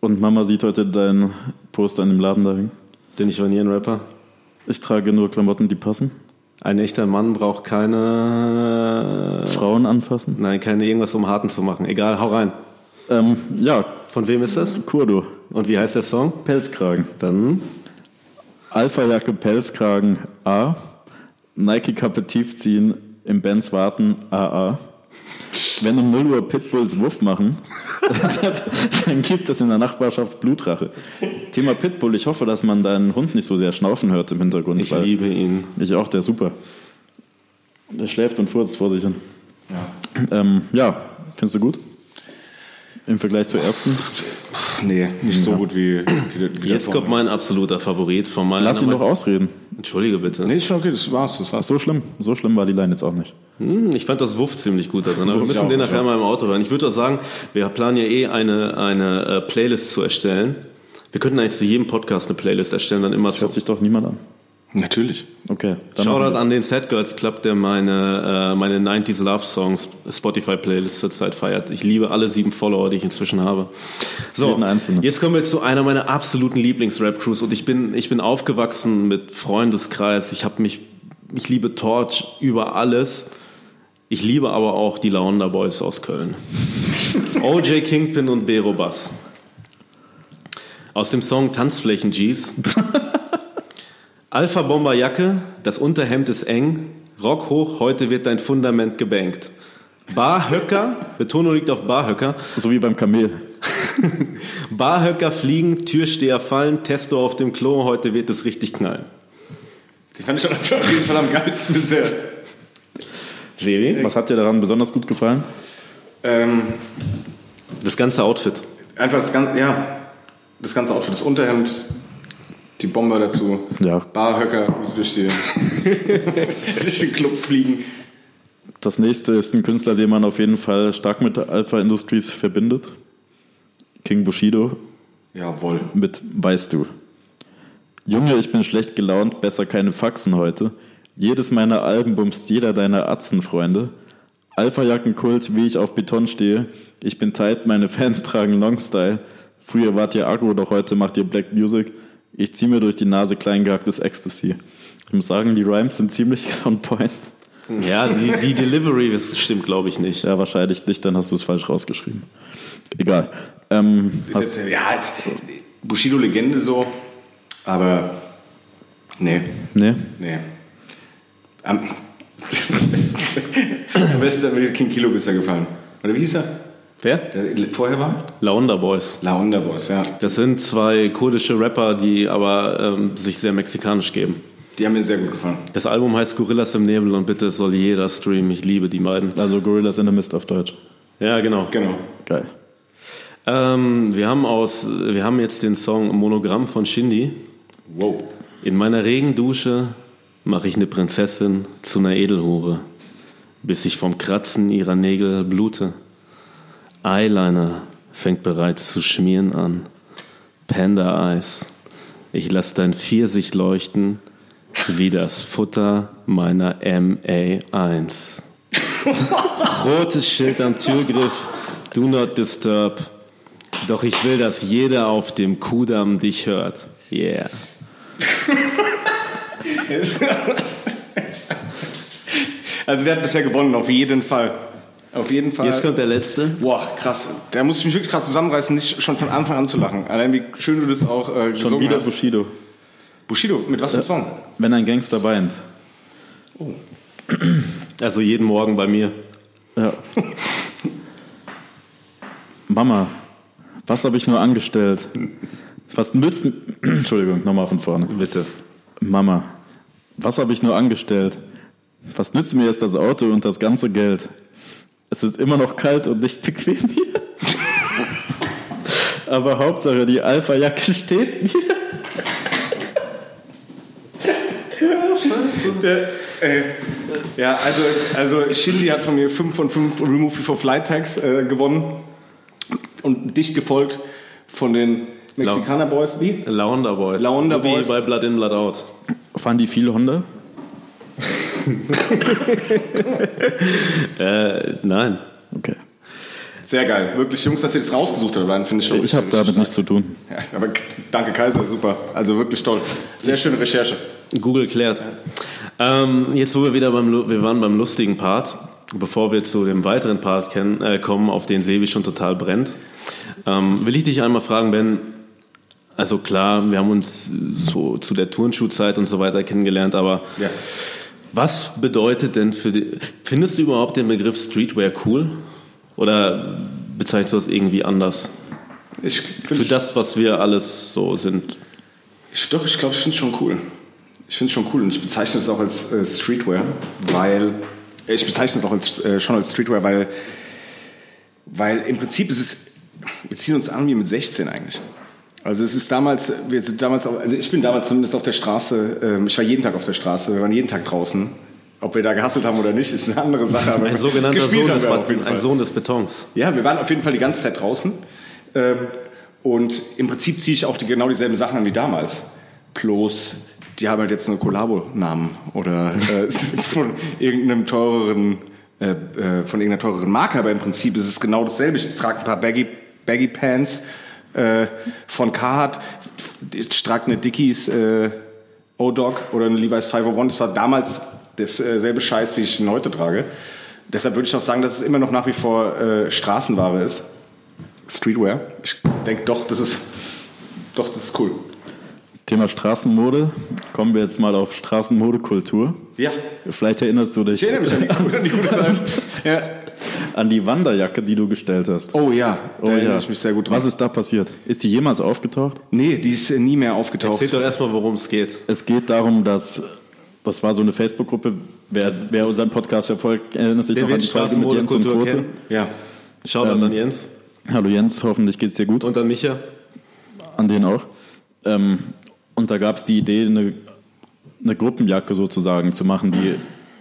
B: Und Mama sieht heute dein Poster in dem Laden da hängen.
C: denn ich war nie ein Rapper.
B: Ich trage nur Klamotten, die passen.
C: Ein echter Mann braucht keine
B: Frauen anfassen.
C: Nein, keine irgendwas, um harten zu machen. Egal, hau rein.
B: Ähm, ja,
C: Von wem ist das?
B: Kurdo,
C: Und wie heißt der Song?
B: Pelzkragen.
C: Dann
B: Alpha-Jacke, Pelzkragen A. Nike-Kappe tiefziehen, im Benz warten AA. Wenn um 0 Uhr Pitbulls Wuff machen, dann gibt es in der Nachbarschaft Blutrache. Thema Pitbull, ich hoffe, dass man deinen Hund nicht so sehr schnaufen hört im Hintergrund.
C: Ich liebe ihn.
B: Ich auch, der ist super. Der schläft und furzt vor sich hin. Ja, ähm, ja findest du gut? Im Vergleich zur ersten?
D: Nee, nicht so gut wie, wie, wie
C: Jetzt kommt mein absoluter Favorit von meinem.
B: Lass ihn doch ausreden.
C: Entschuldige bitte.
D: Nee, ist schon okay, das war's, das war's.
B: So schlimm, so schlimm war die Line jetzt auch nicht.
C: Hm, Ich fand das Wuff ziemlich gut da drin, aber wir
D: Wuff,
C: müssen
D: ja,
C: den
D: ja.
C: nachher mal im Auto hören. Ich würde auch sagen, wir planen ja eh eine, eine äh, Playlist zu erstellen. Wir könnten eigentlich zu jedem Podcast eine Playlist erstellen, dann immer
B: Das
C: zu.
B: hört sich doch niemand an.
D: Natürlich.
B: Okay, dann machen
C: Shoutout
B: wir's.
C: an den Sad Girls Club, der meine, äh, meine 90s Love Songs Spotify Playlist zurzeit feiert. Ich liebe alle sieben Follower, die ich inzwischen habe. So,
B: Jeden einzelnen.
C: jetzt kommen wir zu einer meiner absoluten Lieblings-Rap-Crews und ich bin, ich bin aufgewachsen mit Freundeskreis. Ich habe mich, ich liebe Torch über alles. Ich liebe aber auch die Laonda Boys aus Köln. OJ Kingpin und Bero Bass. Aus dem Song Tanzflächen G's. Alpha Bomber Jacke, das Unterhemd ist eng. Rock hoch, heute wird dein Fundament gebankt. Barhöcker, Betonung liegt auf Barhöcker.
B: So wie beim Kamel.
C: Barhöcker fliegen, Türsteher fallen, Testo auf dem Klo, heute wird es richtig knallen.
D: Die fand ich schon auf jeden Fall am geilsten bisher.
C: Serie?
B: Was hat dir daran besonders gut gefallen?
D: Ähm,
C: Das ganze Outfit.
D: einfach das ganze, ja, das ganze Outfit, das Unterhemd, die Bomber dazu,
B: Ja.
D: Barhöcker, wie sie durch, die, durch den Club fliegen.
B: Das nächste ist ein Künstler, den man auf jeden Fall stark mit Alpha Industries verbindet. King Bushido
D: Jawohl.
B: mit Weißt du. Junge, ich bin schlecht gelaunt, besser keine Faxen heute. Jedes meiner Alben bumst jeder deiner Atzenfreunde. Alpha-Jackenkult, wie ich auf Beton stehe. Ich bin tight, meine Fans tragen Longstyle. Früher wart ihr aggro, doch heute macht ihr Black Music. Ich zieh mir durch die Nase kleingehacktes Ecstasy. Ich muss sagen, die Rhymes sind ziemlich on point.
C: Ja, die, die Delivery ist- stimmt, glaube ich, nicht.
B: Ja, wahrscheinlich nicht, dann hast du es falsch rausgeschrieben. Egal. Ähm,
D: Ist
B: hast,
D: jetzt, ja, halt, Bushido-Legende so, aber nee,
B: nee?
D: nee. Am, am besten, am besten hat mir der King Kilo bisher gefallen. Oder wie hieß er?
C: Wer?
D: Der vorher war?
C: Laonda Boys.
D: La Honda Boys, ja.
C: Das sind zwei kurdische Rapper, die aber ähm, sich sehr mexikanisch geben.
D: Die haben mir sehr gut gefallen.
C: Das Album heißt Gorillas im Nebel und bitte es soll jeder streamen. Ich liebe die beiden.
B: Also Gorillas in the Mist auf Deutsch.
C: Ja, genau.
D: Genau.
B: Geil.
C: Ähm, wir, haben aus, wir haben jetzt den Song Monogramm von Shindy.
D: Wow.
C: In meiner Regendusche mache ich eine Prinzessin zu einer Edelhure, bis ich vom Kratzen ihrer Nägel blute. Eyeliner fängt bereits zu schmieren an. Panda-Eis, ich lass dein Pfirsich leuchten wie das Futter meiner MA1. Rotes Schild am Türgriff, do not disturb. Doch ich will, dass jeder auf dem Kudamm dich hört. Yeah.
D: Also der hat bisher gewonnen, auf jeden Fall. Auf jeden Fall.
C: Jetzt kommt der letzte.
D: Boah, krass. Da muss ich mich wirklich gerade zusammenreißen, nicht schon von Anfang an zu lachen. Allein wie schön du das auch äh, gesungen
B: Schon wieder
D: hast.
B: Bushido.
D: Bushido, mit was für einem Song?
B: Wenn ein Gangster weint.
C: Also jeden Morgen bei mir.
B: Ja. Mama, was habe ich nur angestellt? Was nützt. Entschuldigung, nochmal von vorne. Bitte. Mama, was habe ich nur angestellt? Was nützt mir jetzt das Auto und das ganze Geld? Es ist immer noch kalt und nicht bequem hier. Aber Hauptsache, die Alpha-Jacke steht mir.
D: Ja, also, also Shindy hat von mir 5 von 5 Remove for Flight Tags äh, gewonnen. Und dicht gefolgt von den Mexikaner Boys. Wie?
C: Launder Boys.
D: Launder
C: So wie
D: Boys.
C: bei Blood in, Blood out.
B: Fahren die viel Honda?
C: Nein.
B: Okay.
D: Sehr geil. Wirklich, Jungs, dass ihr das rausgesucht habt, Ryan, finde ich schon.
B: Ich habe damit nichts zu tun.
D: Ja, aber danke, Kaiser, super. Also wirklich toll. Sehr schöne Recherche.
C: Google klärt. Ähm, jetzt, wo wir wieder beim, Lu- wir waren beim lustigen Part, bevor wir zu dem weiteren Part kennen, äh, kommen, auf den Sebi schon total brennt, ähm, will ich dich einmal fragen, Ben. Also klar, wir haben uns so zu der Turnschuhzeit und so weiter kennengelernt, aber
D: Ja.
C: was bedeutet denn für die, findest du überhaupt den Begriff Streetwear cool? Oder bezeichnest du das irgendwie anders?
D: Ich
C: Für
D: finde
C: das, was wir alles so sind.
D: Ich, doch, ich glaube, ich finde es schon cool. Ich finde es schon cool und ich bezeichne es auch als äh, Streetwear, weil ich bezeichne es auch als, äh, schon als Streetwear, weil, weil im Prinzip ist es, wir ziehen uns an wie mit 16 eigentlich. Also es ist damals, wir sind damals, auf- also ich bin damals zumindest auf der Straße, ähm, ich war jeden Tag auf der Straße, wir waren jeden Tag draußen. Ob wir da gehasselt haben oder nicht, ist eine andere Sache. Aber
C: Ein sogenannter
D: gespielt
C: Sohn
D: haben
C: des,
D: wir auf jeden
C: ein
D: Fall.
C: Sohn des Betons.
D: Ja, wir waren auf jeden Fall die ganze Zeit draußen. Ähm, und im Prinzip ziehe ich auch die, genau dieselben Sachen an wie damals. Bloß, die haben halt jetzt einen Kollabo-Namen oder äh, von irgendeinem teureren, äh, äh, von irgendeiner teureren Marke. Aber im Prinzip ist es genau dasselbe. Ich trage ein paar Baggy, Baggy Pants äh, von Carhartt. Ich trage eine Dickies äh, O-Dog oder eine Levi's 501. Das war damals dasselbe Scheiß, wie ich ihn heute trage. Deshalb würde ich auch sagen, dass es immer noch nach wie vor äh, Straßenware ist. Streetwear. Ich denke doch, das ist doch, das ist cool.
B: Thema Straßenmode. Kommen wir jetzt mal auf Straßenmodekultur.
D: Ja.
B: Vielleicht erinnerst du dich
D: Ich erinnere mich an die, coole- an die gute Zeit. Ja.
B: an die Wanderjacke, die du gestellt hast.
D: Oh ja, da
B: Oh
D: erinnere
B: ja.
D: ich mich sehr gut dran.
B: Was ist da passiert? Ist die jemals aufgetaucht?
D: Nee, die ist äh, nie mehr aufgetaucht.
C: Erzählt doch erstmal, worum es geht.
B: Es geht darum, dass das war so eine Facebook-Gruppe. Wer, wer unseren Podcast verfolgt, erinnert sich
C: Der
B: noch an
C: wird
B: die Folge mit Jens und
C: Straßenmodekultur
B: Quote.
C: kennen.
D: Ja.
C: Schaut
B: Ähm,
C: an Jens
B: Hallo Jens, hoffentlich geht's dir gut.
C: und an Micha.
B: An den auch. Ähm, und da gab es die Idee, eine, eine Gruppenjacke sozusagen zu machen, die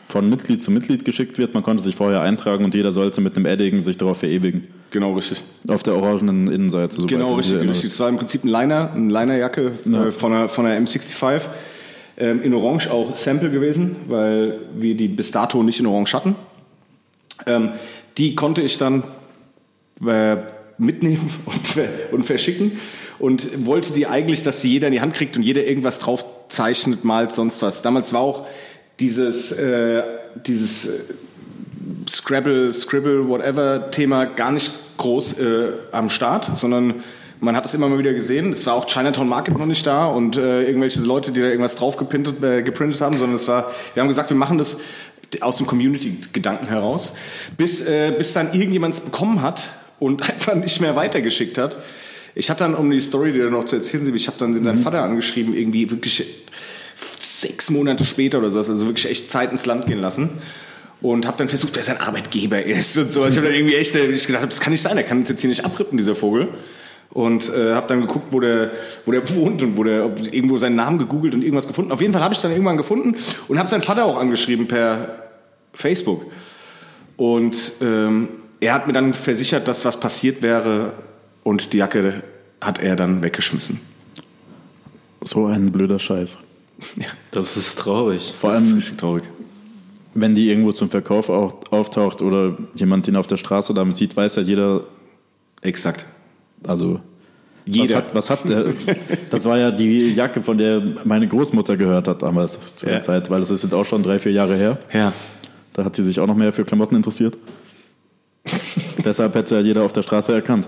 B: von Mitglied zu Mitglied geschickt wird. Man konnte sich vorher eintragen und jeder sollte mit einem Edding sich darauf verewigen.
D: Genau richtig.
B: Auf der orangenen Innenseite. soweit
D: Genau,
B: ich mich
D: richtig,
B: erinnere.
D: richtig. Es war im Prinzip ein Liner, eine Linerjacke äh, von, einer, von einer M65. Ähm, in Orange auch Sample gewesen, weil wir die bis dato nicht in Orange hatten. Ähm, die konnte ich dann äh, mitnehmen und, ver und verschicken und wollte die eigentlich, dass sie jeder in die Hand kriegt und jeder irgendwas drauf zeichnet, malt, sonst was. Damals war auch dieses, äh, dieses äh, Scrabble, Scribble, whatever Thema gar nicht groß äh, am Start, sondern man hat es immer mal wieder gesehen. Es war auch Chinatown Market noch nicht da und äh, irgendwelche Leute, die da irgendwas drauf gepintet, äh, geprintet haben, sondern es war, wir haben gesagt, wir machen das aus dem Community-Gedanken heraus, bis, äh, bis dann irgendjemand es bekommen hat und einfach nicht mehr weitergeschickt hat. Ich hatte dann, um die Story dir noch zu erzählen, Sieb, ich habe dann seinen Vater angeschrieben, irgendwie wirklich sechs Monate später oder sowas, also wirklich echt Zeit ins Land gehen lassen. Und habe dann versucht, wer sein Arbeitgeber ist und so. Also ich habe dann irgendwie echt äh, ich gedacht, das kann nicht sein, der kann uns jetzt hier nicht abrippen, dieser Vogel. Und äh, habe dann geguckt, wo der, wo der wohnt und wo der, ob irgendwo seinen Namen gegoogelt und irgendwas gefunden. Auf jeden Fall habe ich dann irgendwann gefunden und habe seinen Vater auch angeschrieben per Facebook. Und ähm, er hat mir dann versichert, dass was passiert wäre und die Jacke hat er dann weggeschmissen.
B: So ein blöder Scheiß.
C: Das ist traurig.
B: Vor
C: das ist
B: allem-
C: richtig traurig.
B: Wenn die irgendwo zum Verkauf au- auftaucht oder jemand den auf der Straße damit sieht, weiß ja jeder,
D: Exakt.
B: also
D: Jeder.
B: Was hat, was hat der? Das war ja die Jacke, von der meine Großmutter gehört hat damals zu der
D: Ja.
B: Zeit, weil das ist jetzt auch schon drei, vier Jahre her.
D: Ja.
B: Da hat sie sich auch noch mehr für Klamotten interessiert. Deshalb hätte ja jeder auf der Straße erkannt.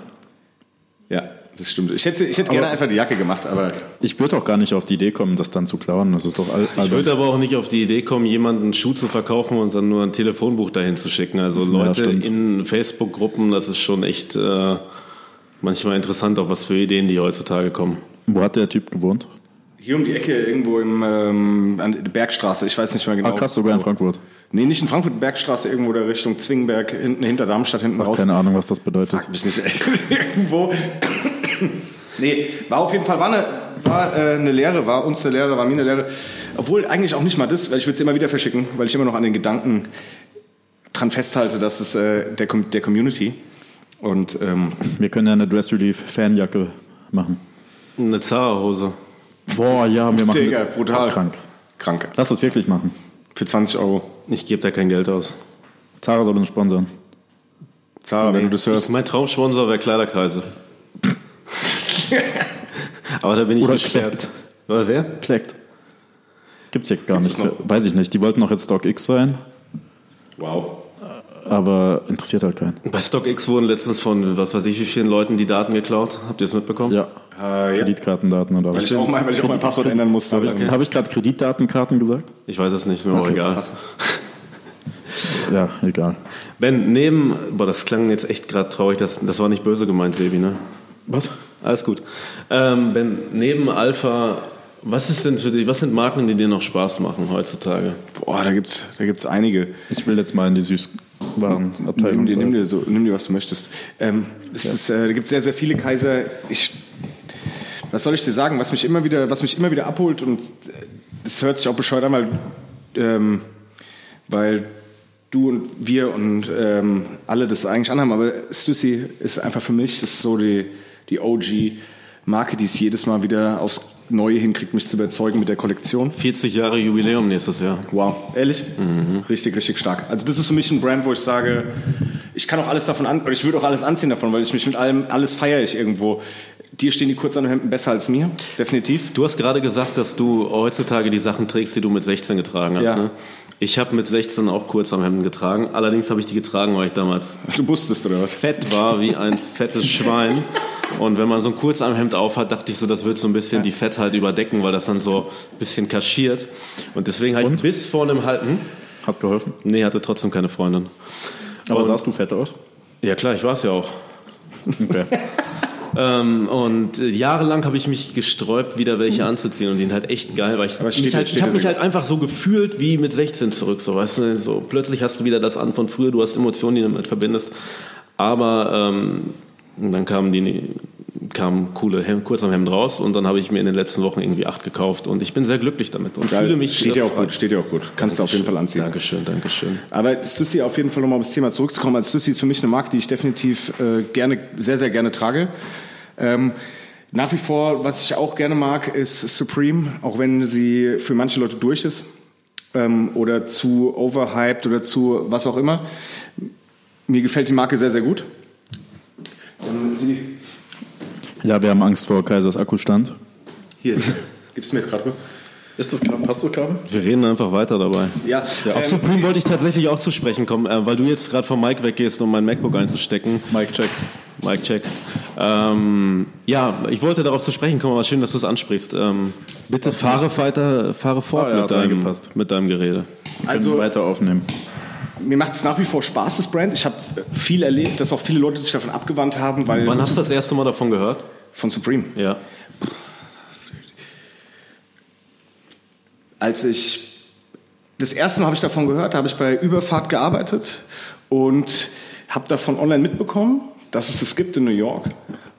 D: Ja, das stimmt. Ich hätte, ich hätte gerne einfach die Jacke gemacht, aber
B: Ich würde auch gar nicht auf die Idee kommen, das dann zu klauen. Das ist doch all, also,
C: Ich würde aber auch nicht auf die Idee kommen, jemanden einen Schuh zu verkaufen und dann nur ein Telefonbuch dahin zu schicken. Also Leute
B: stimmt.
C: in Facebook-Gruppen, das ist schon echt äh, manchmal interessant, auf was für Ideen die heutzutage kommen.
B: Wo hat der Typ gewohnt?
D: hier um die Ecke irgendwo im, ähm, an der Bergstraße, ich weiß nicht mehr genau.
B: Ah, krass, sogar in Frankfurt.
D: Nee, nicht in Frankfurt, Bergstraße, irgendwo da Richtung Zwingenberg, hinten hinter Darmstadt, hinten raus.
B: Keine Ahnung, was das bedeutet.
D: Frag mich nicht irgendwo. nee, war auf jeden Fall, war eine, war, äh, eine Lehre, war uns eine Lehre, war mir eine Lehre. Obwohl eigentlich auch nicht mal das, weil ich will es immer wieder verschicken, weil ich immer noch an den Gedanken dran festhalte, dass es äh, der, Com- der Community und ähm,
B: Wir können ja eine Dress Relief Fanjacke machen.
C: Eine Zara-Hose.
B: Boah, ja, wir machen.
D: Digga, brutal.
B: Krank.
D: krank.
B: Lass es wirklich machen.
D: Für 20 Euro.
C: Ich gebe da kein Geld aus.
B: Zara soll uns sponsern.
D: Zara, wenn du das hörst.
C: Mein Traumsponsor wäre Kleiderkreise. aber da bin ich
B: Oder
C: gesperrt.
B: Klett.
C: Oder wer?
B: Kleckt. Gibt's ja gar
D: Gibt's
B: nicht. Weiß ich nicht. Die wollten noch jetzt Stock X sein,
D: Wow.
B: aber interessiert halt keinen.
C: Bei StockX wurden letztens von was weiß ich wie vielen Leuten die Daten geklaut. Habt ihr es mitbekommen?
B: Ja.
D: Äh, ja.
B: Kreditkartendaten oder
D: Weil
B: was.
D: ich auch mal, weil ich auch mein Passwort ändern musste.
B: Habe ich, hab ich gerade Kreditdatenkarten gesagt?
C: Ich weiß es nicht, ist mir auch egal.
D: krass.
B: Ja, egal.
C: Ben, neben, boah, das klang jetzt echt gerade traurig, das, das war nicht böse gemeint, Sebi, ne?
B: Was?
C: Alles gut. Ähm, ben, neben Alpha, was ist denn für dich, was sind Marken, die dir noch Spaß machen heutzutage?
D: Boah, da gibt's, da gibt's einige.
B: Ich will jetzt mal in die Süßwarenabteilung.
D: Nimm dir, nimm dir, so, nimm dir was du möchtest. Ähm, es ist, äh, da gibt es sehr, sehr viele Kaiser. Ich, was soll ich dir sagen? Was mich immer wieder, was mich immer wieder abholt und äh, das hört sich auch bescheuert an, weil, ähm, weil du und wir und ähm, alle das eigentlich anhaben, aber Stussy ist einfach für mich, das ist so die, die OG-Marke, die es jedes Mal wieder aufs Neue hinkriegt, mich zu überzeugen mit der Kollektion.
C: 40 Jahre Jubiläum nächstes Jahr.
D: Wow, ehrlich?
C: Mhm.
D: Richtig, richtig stark. Also das ist für mich ein Brand, wo ich sage, ich kann auch alles davon an, oder ich würde auch alles anziehen davon, weil ich mich mit allem, alles feiere ich irgendwo. Dir stehen die Kurzanhemden besser als mir, definitiv.
C: Du hast gerade gesagt, dass du heutzutage die Sachen trägst, die du mit 16 getragen hast,
D: Ja.
C: ne? Ich habe mit 16 auch kurz am Hemden getragen. Allerdings habe ich die getragen, weil ich damals
D: Du wusstest oder was?
C: fett war wie ein fettes Schwein. Und wenn man so ein Kurzarmhemd auf hat, dachte ich so, das wird so ein bisschen die Fettheit überdecken, weil das dann so ein bisschen kaschiert. Und deswegen habe ich bis vor einem halben.
B: Hat geholfen.
C: Nee, hatte trotzdem keine Freundin.
B: Aber sahst du fett aus?
C: Ja klar, ich war es ja auch.
B: Okay.
C: Ähm, und äh, jahrelang habe ich mich gesträubt, wieder welche anzuziehen und die sind halt echt geil, weil ich,
D: Hm. Aber steht
C: mich
D: dir-
C: halt, ich
D: steht
C: habe
D: dir
C: mich
D: so
C: halt einfach so gefühlt wie mit 16 zurück, so weißt du, so plötzlich hast du wieder das an von früher, du hast Emotionen, die du damit verbindest, aber ähm, dann kamen die kamen coole Hemd, kurz am Hemd raus und dann habe ich mir in den letzten Wochen irgendwie acht gekauft und ich bin sehr glücklich damit und fühle mich
D: steht
C: sehr
D: dir auch
C: frei.
D: gut, steht dir auch gut. Kannst du auf jeden Fall anziehen.
C: Dankeschön, Dankeschön.
D: Aber Stussy auf jeden Fall, um auf das Thema zurückzukommen, als Stussy ist für mich eine Marke, die ich definitiv äh, gerne, sehr, sehr gerne trage. Ähm, nach wie vor, was ich auch gerne mag, ist Supreme, auch wenn sie für manche Leute durch ist ähm, oder zu overhyped oder zu was auch immer. Mir gefällt die Marke sehr, sehr gut. Ähm, sie,
B: Ja, wir haben Angst vor Kaisers Akkustand.
D: hier ist sie. Gibst du mir jetzt gerade?
B: Ist das, passt das gerade?
C: Wir reden einfach weiter dabei.
D: Ja, Ähm,
C: Auf Supreme wollte ich tatsächlich auch zu sprechen kommen, äh, weil du jetzt gerade vom Mike weggehst, um mein MacBook einzustecken. Mike check. Mike check. Ähm, ja, ich wollte darauf zu sprechen kommen, aber schön, dass du es ansprichst. Ähm, bitte fahre weiter, fahre fort
B: Ah, ja,
C: mit,
B: hat
C: deinem,
B: reingepasst.
C: mit deinem Gerede.
B: Also
D: Also-
B: weiter aufnehmen.
D: mir macht es nach wie vor Spaß, das Brand. Ich habe viel erlebt, dass auch viele Leute sich davon abgewandt haben, weil
C: Wann hast du das erste Mal davon gehört?
D: von Supreme.
C: Ja.
D: als ich das erste Mal habe ich davon gehört, da habe ich bei Überfahrt gearbeitet und habe davon online mitbekommen, dass es das gibt in New York.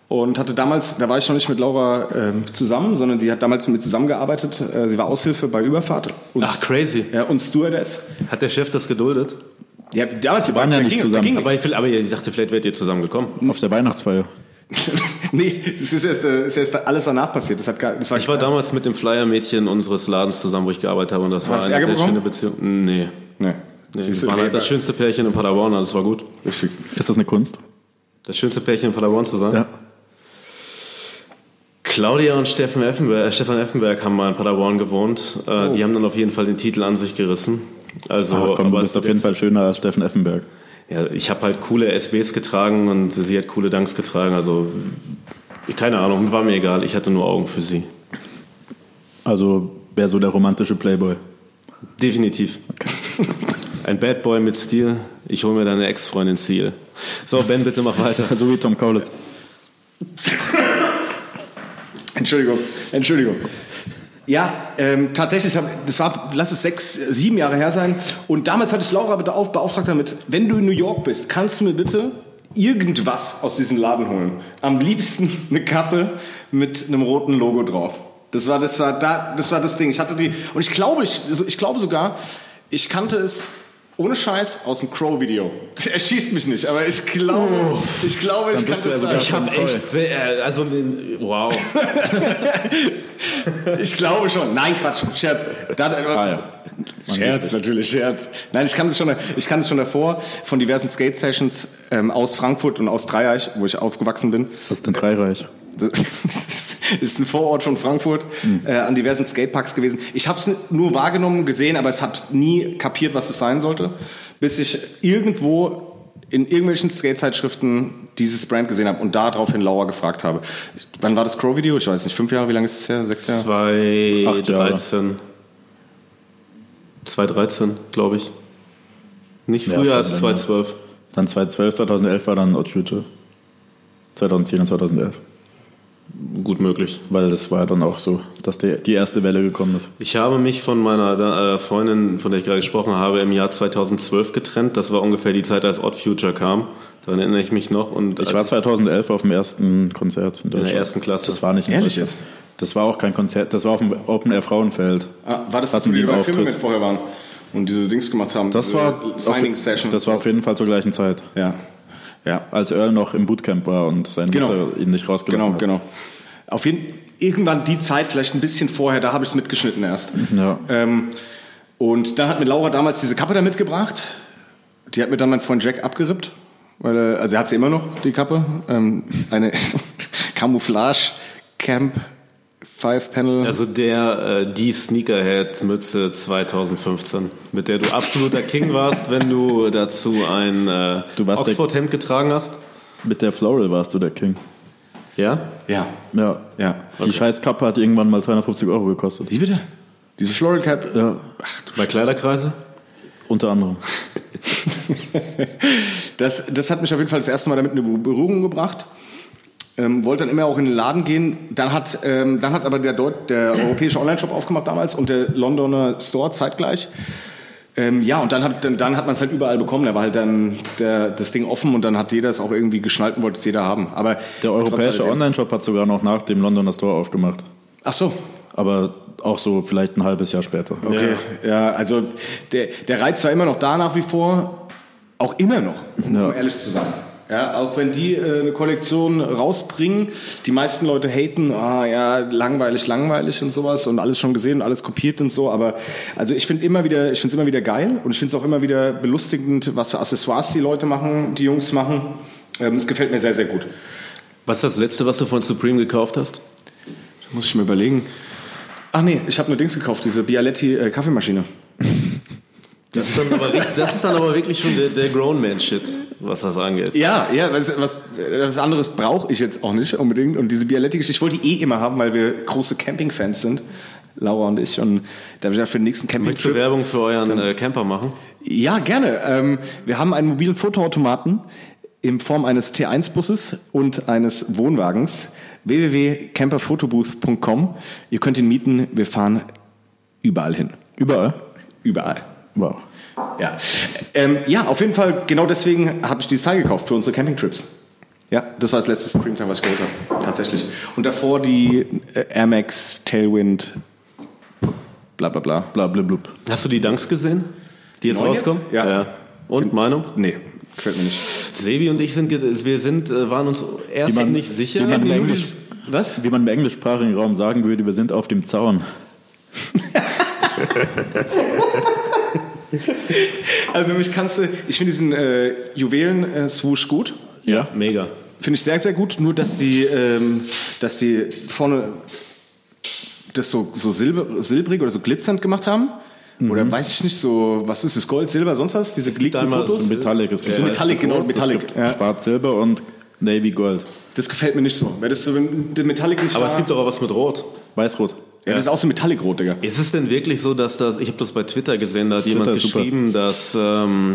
D: Und hatte damals, da war ich noch nicht mit Laura äh, zusammen, sondern die hat damals mit mir zusammengearbeitet. Äh, sie war Aushilfe bei Überfahrt. Und,
C: Ach, crazy.
D: Ja, und Stewardess.
C: Hat der Chef das geduldet?
D: Ja, damals, die
B: waren ja nicht zusammen.
C: Aber ich, will- aber ich dachte, vielleicht wärt ihr zusammengekommen.
B: Auf der Weihnachtsfeier.
D: nee, das ist erst, äh, ist erst alles danach passiert. Das, hat gar, das war,
C: Ich war damals mit dem Flyer-Mädchen unseres Ladens zusammen, wo ich gearbeitet habe und das war
D: Hast du
C: eine sehr
D: Ärger
C: schöne Beziehung. Nee.
D: Nee.
C: nee
D: Siehst
C: das
D: du,
C: waren halt
D: nee,
C: das schönste Pärchen in Padawan, also das war gut.
D: Richtig.
B: Ist das eine Kunst?
C: Das schönste Pärchen in Padawan zu sein?
B: Ja.
C: Claudia und Steffen Effenberg, äh, Stefan Effenberg haben mal in Padawan gewohnt. Äh, Die haben dann auf jeden Fall den Titel an sich gerissen. Also,
B: Oh. Ach, komm, du
C: aber
B: bist auf jeden Fall schöner als Steffen Effenberg.
C: ja, ich habe halt coole SBs getragen und sie hat coole Dunks getragen. Also, ich- keine Ahnung, war mir egal. Ich hatte nur Augen für sie.
B: Also wäre so der romantische Playboy.
C: Definitiv. Ein Bad Boy mit Stil. Ich hole mir deine Ex-Freundin Stil. So, Ben, bitte mach weiter.
B: So wie Tom Kaulitz.
D: Entschuldigung, Entschuldigung. Ja, ähm, tatsächlich, hab, das war, lass es sechs, äh, sieben Jahre her sein. Und damals hatte ich Laura bitte auf, beauftragt damit, wenn du in New York bist, kannst du mir bitte irgendwas aus diesem Laden holen. Am liebsten eine Kappe mit einem roten Logo drauf. Das war das, war da, das, war das Ding. Ich hatte die, und ich glaube, ich, also ich glaube sogar, ich kannte es ohne Scheiß aus dem Crow-Video. Er schießt mich nicht, aber ich glaube, ich glaube, ich kannte
B: also
D: es da.
C: Ich habe echt sehr, äh, also den- wow.
D: Ich glaube schon. Nein, Quatsch, Scherz. Da, Scherz, natürlich, Scherz. Nein, ich kann es schon, ich kann es schon davor von diversen Skate Sessions ähm, aus Frankfurt und aus Dreieich, wo ich aufgewachsen bin.
B: Das ist ein Dreireich.
D: Das ist ein Vorort von Frankfurt, äh, an diversen Skateparks gewesen. Ich habe es nur wahrgenommen, gesehen, aber es habe nie kapiert, was es sein sollte, bis ich irgendwo in irgendwelchen Skate-Zeitschriften dieses Brand gesehen habe und daraufhin Laura gefragt habe. Wann war das Crow-Video? Ich weiß nicht, fünf Jahre, wie lange ist es her? Sechs Jahre?
C: 2013. 2013, glaube ich. Nicht
B: Ja,
C: früher
B: schon
C: als
B: länger.
C: 2012.
B: Dann 2012, 2011 war dann Otschütte. 2010 und 2011.
C: Gut möglich.
B: Weil das war dann auch so, dass die, die erste Welle gekommen ist.
C: Ich habe mich von meiner äh, Freundin, von der ich gerade gesprochen habe, im Jahr 2012 getrennt. Das war ungefähr die Zeit, als Odd Future kam. Daran erinnere ich mich noch. Und
B: Ich
D: Also-
B: war 2011 auf dem ersten Konzert in,
C: in
B: Deutschland.
C: der ersten Klasse.
B: Das war nicht in
D: Ehrlich
B: Deutschland. Das war auch kein Konzert, das war auf dem Open Air Frauenfeld.
D: Ah, war das,
B: Hatten
D: wo
B: die
D: die
B: einen
D: bei Filmen
B: Auftritt?
D: mit vorher waren und diese Dings gemacht haben?
B: Das
D: diese
B: war,
D: Signing Session.
B: das war auf jeden Fall zur gleichen Zeit.
D: ja, ja,
B: Als Earl noch im Bootcamp war und seine
D: Genau.
B: Mutter ihn nicht rausgelassen
D: genau,
B: hat.
D: genau. Auf jeden irgendwann die Zeit, vielleicht ein bisschen vorher, da habe ich es mitgeschnitten erst.
B: Ja.
D: Ähm, und dann hat mir Laura damals diese Kappe da mitgebracht. Die hat mir dann mein Freund Jack abgerippt. Weil, äh, also er hat sie immer noch, die Kappe. Ähm, eine Camouflage Camp Five Panel.
C: Also der, äh, die Sneakerhead-Mütze 2015, mit der du absoluter King warst, wenn du dazu ein äh,
B: Du warst der-
C: Oxford-Hemd getragen hast.
B: Mit der Floral warst du der King.
C: Ja?
D: ja,
B: Ja.
D: ja.
B: Die scheiß Kappe hat irgendwann mal 250 Euro gekostet.
D: Wie bitte? Diese Floral Cap.
B: Ja,
C: Bei Kleiderkreise?
B: unter anderem.
D: Das, das hat mich auf jeden Fall das erste Mal damit in eine Berührung gebracht. Ähm, wollte dann immer auch in den Laden gehen. Dann hat, ähm, dann hat aber der, Deut der europäische Online-Shop aufgemacht damals und der Londoner Store zeitgleich. Ähm, ja, und dann hat, dann, dann hat man es halt überall bekommen. Da war halt dann der, das Ding offen und dann hat jeder es auch irgendwie geschnallt und wollte es jeder haben. Aber
B: Der europäische Online-Shop hat sogar noch nach dem Londoner Store aufgemacht.
D: Ach so,
B: Aber auch so vielleicht ein halbes Jahr später.
D: Okay, ja, also der, der Reiz war immer noch da nach wie vor, auch immer noch, um
B: Ja.
D: um ehrlich zu sein. Ja, auch wenn die äh, eine Kollektion rausbringen, die meisten Leute haten, ah ja, langweilig, langweilig und sowas und alles schon gesehen und alles kopiert und so, aber also ich finde immer wieder, ich finde es immer wieder geil und ich finde es auch immer wieder belustigend, was für Accessoires die Leute machen, die Jungs machen. Ähm, es gefällt mir sehr, sehr gut.
C: Was ist das letzte, was du von Supreme gekauft hast?
D: Muss ich mir überlegen. Ach nee, ich habe nur Dings gekauft, diese Bialetti äh, Kaffeemaschine.
C: Das ist dann aber, richt- das ist dann aber wirklich schon der, der Grown-Man-Shit, was das angeht.
D: Ja, ja, was, was, was anderes brauche ich jetzt auch nicht unbedingt. Und diese Bialetti-Geschichte, ich wollte die eh immer haben, weil wir große Camping-Fans sind, Laura und ich. Und da habe ich gedacht, für den nächsten
C: Möchtest du
D: Camping-Trip.
C: Werbung für euren äh, Camper machen?
D: Ja, gerne. Ähm, wir haben einen mobilen Fotoautomaten in Form eines T1-Busses und eines Wohnwagens. www.camperfotobooth.com. Ihr könnt ihn mieten. Wir fahren Überall hin.
B: Überall.
D: Überall.
B: Wow.
D: Ja. Ähm, ja, auf jeden Fall, genau deswegen habe ich dieses Teil gekauft für unsere Campingtrips. Ja, das war das letzte Screamtime, was ich geholt habe. Tatsächlich. Und davor die äh, Air Max Tailwind. Bla bla bla.
B: Blablablub.
C: Hast du die Dunks gesehen? Die jetzt
D: Neuen jetzt?
C: rauskommen?
D: Ja.
C: Und Meinung?
D: Nee, gefällt mir nicht.
C: Sebi und ich sind, ge- wir sind, äh, waren uns erst
B: Die man-
C: nicht sicher.
B: die man
C: Juli-
B: eigentlich-
C: was?
B: Wie man im englischsprachigen Raum sagen würde, wir sind auf dem Zaun.
D: Also mich kannst du, ich finde diesen äh, Juwelen-Swoosh gut.
B: Ja.
C: Mega.
D: Finde ich sehr, sehr gut. Nur, dass die, ähm, dass die vorne das so, so silber, silbrig oder so glitzernd gemacht haben.
C: Mhm.
D: Oder weiß ich nicht, so, was ist es, Gold, Silber, sonst was? Diese geleakten
C: einmal
D: Fotos?
C: so
B: Metallic ist
D: So Metallic, genau, Metallic, ja.
B: Schwarz-Silber und Navy Gold.
D: Das gefällt mir nicht so. Wäre das so, wenn der Metallic nicht
C: Aber
D: da...
C: es gibt doch auch was mit Rot.
B: Weiß-Rot.
D: ja, das ist auch so Metallic-Rot, Digga.
C: Ist es denn wirklich so, dass das, ich habe das bei Twitter gesehen, da hat jemand
B: ist super.
C: geschrieben, dass, ähm,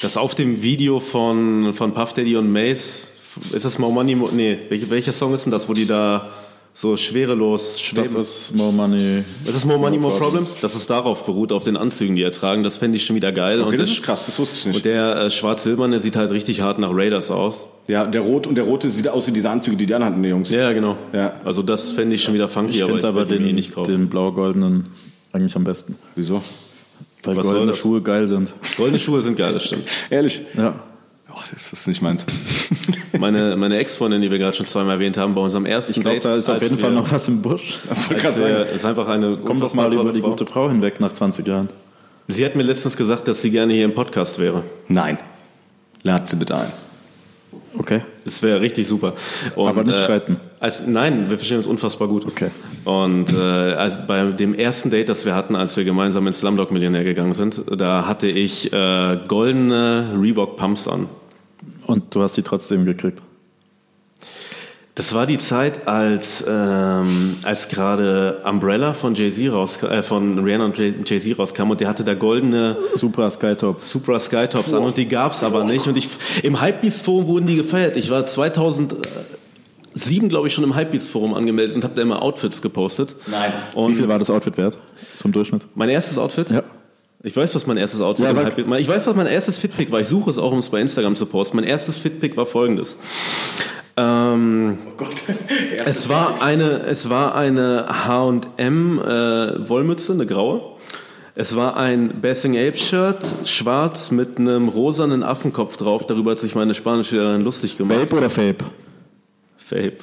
C: dass auf dem Video von, von Puff Daddy und Mace, ist das Mo Money, Mo, nee, welcher, welcher Song ist denn das, wo die da so schwerelos
B: Das
C: schweben?
B: ist More Money.
C: ist das More Money, More Problems? Dass es darauf beruht, auf den Anzügen, die er tragen, das fände ich schon wieder geil.
D: Okay,
C: und
D: das
C: der-
D: ist krass, das wusste ich
C: und
D: nicht.
C: der äh, schwarz-silberne sieht halt richtig hart nach Raiders aus.
D: Ja, der Rot und der Rote sieht aus wie diese Anzüge, die die anderen hatten, die Jungs.
C: Ja, genau.
D: Ja.
C: Also das fände ich schon wieder funky,
B: Ich finde aber
C: würd ihn
B: den,
C: eh nicht kaufen.
B: den blau-goldenen eigentlich am besten.
D: Wieso?
B: Weil
C: Was soll
B: goldene
C: das?
B: Schuhe geil sind.
C: Goldene Schuhe sind geil, das stimmt.
D: Ehrlich?
B: Ja.
D: Oh, das ist nicht meins.
C: Meine, meine Ex-Freundin, die wir gerade schon zweimal erwähnt haben, bei unserem ersten
B: Ich glaube,
C: Date,
B: da ist auf
C: als
B: jeden
C: wir-
B: Fall noch was im Busch.
D: wollte
C: Als
D: gerade
C: wir,
D: sagen.
C: ist einfach eine
B: Komm doch mal
C: unfassbar
B: über die
C: tolle
B: gute
C: Frau.
B: Frau hinweg nach 20 Jahren.
C: Sie hat mir letztens gesagt, dass sie gerne hier im Podcast wäre.
D: Nein. Lad sie bitte ein.
B: Okay.
C: Das wäre richtig super. Und,
B: Aber nicht
C: äh,
B: streiten.
C: Als, nein, wir verstehen uns unfassbar gut.
B: Okay.
C: Und äh, als bei dem ersten Date, das wir hatten, als wir gemeinsam ins Slumdog Millionär gegangen sind, da hatte ich äh, goldene Reebok Pumps an.
B: Und du hast sie trotzdem gekriegt.
C: Das war die Zeit, als, ähm, als gerade Umbrella von Jay-Z rauskam, äh, von Rihanna und Jay- Jay-Z rauskam und der hatte da goldene
B: Super Skytops.
C: Supra Skytops an und die gab's aber nicht. Und ich, im Hypebeast-Forum wurden die gefeiert. Ich war 2007, glaube ich, schon im Hypebeast-Forum angemeldet und habe da immer Outfits gepostet.
D: Nein.
B: Wie
C: Und
B: viel war das Outfit wert? Zum Durchschnitt?
C: mein erstes Outfit? Ich weiß, was mein erstes Outfit
B: Ja,
C: im
B: sag.
C: Hypebeast- mein- Ich weiß, was mein erstes Fitpick war. Ich suche es auch, um es bei Instagram zu posten. Mein erstes Fitpick war folgendes. Ähm,
D: Oh Gott.
C: es war eine, es war eine H&M äh, Wollmütze, eine graue. Es war ein Bessing Ape Shirt, schwarz mit einem rosanen Affenkopf drauf. Darüber hat sich meine spanische Lehrerin lustig gemacht.
B: Vape oder Fape?
C: Fape.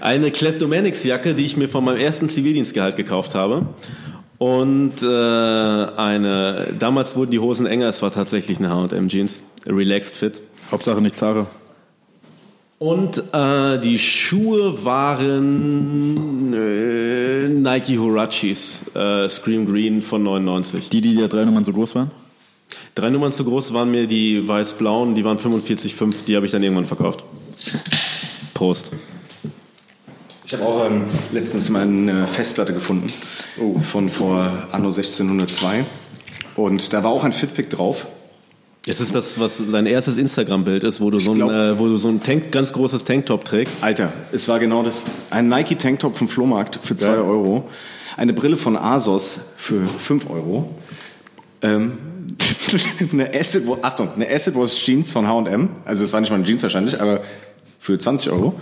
C: eine Kleptomanics Jacke, die ich mir von meinem ersten Zivildienstgehalt gekauft habe. Und äh, eine, damals wurden die Hosen enger, es war tatsächlich eine H&M Jeans, relaxed fit.
B: Hauptsache nicht Zara.
C: Und äh, die Schuhe waren äh, Nike Horachis äh, Scream Green von 99.
B: Die, die der drei Nummern so groß waren?
C: Drei Nummern zu groß waren mir die weiß-blauen, die waren 45,5, die habe ich dann irgendwann verkauft. Prost.
D: Ich habe auch ähm, letztens mal eine Festplatte gefunden von vor anno 1602 und da war auch ein Fitpick drauf.
C: Es ist das, was dein erstes Instagram-Bild ist, wo du so ein,
D: glaub-
C: äh, wo du so ein Tank, ganz großes Tanktop trägst.
D: Alter, es war genau das. Ein Nike Tanktop vom Flohmarkt für 2 Euro, eine Brille von Asos für 5 Euro, ähm, eine Acid, Wa- Achtung, eine Acid Wash Jeans von H&M, also es war nicht mal ein Jeans wahrscheinlich, aber für 20 Euro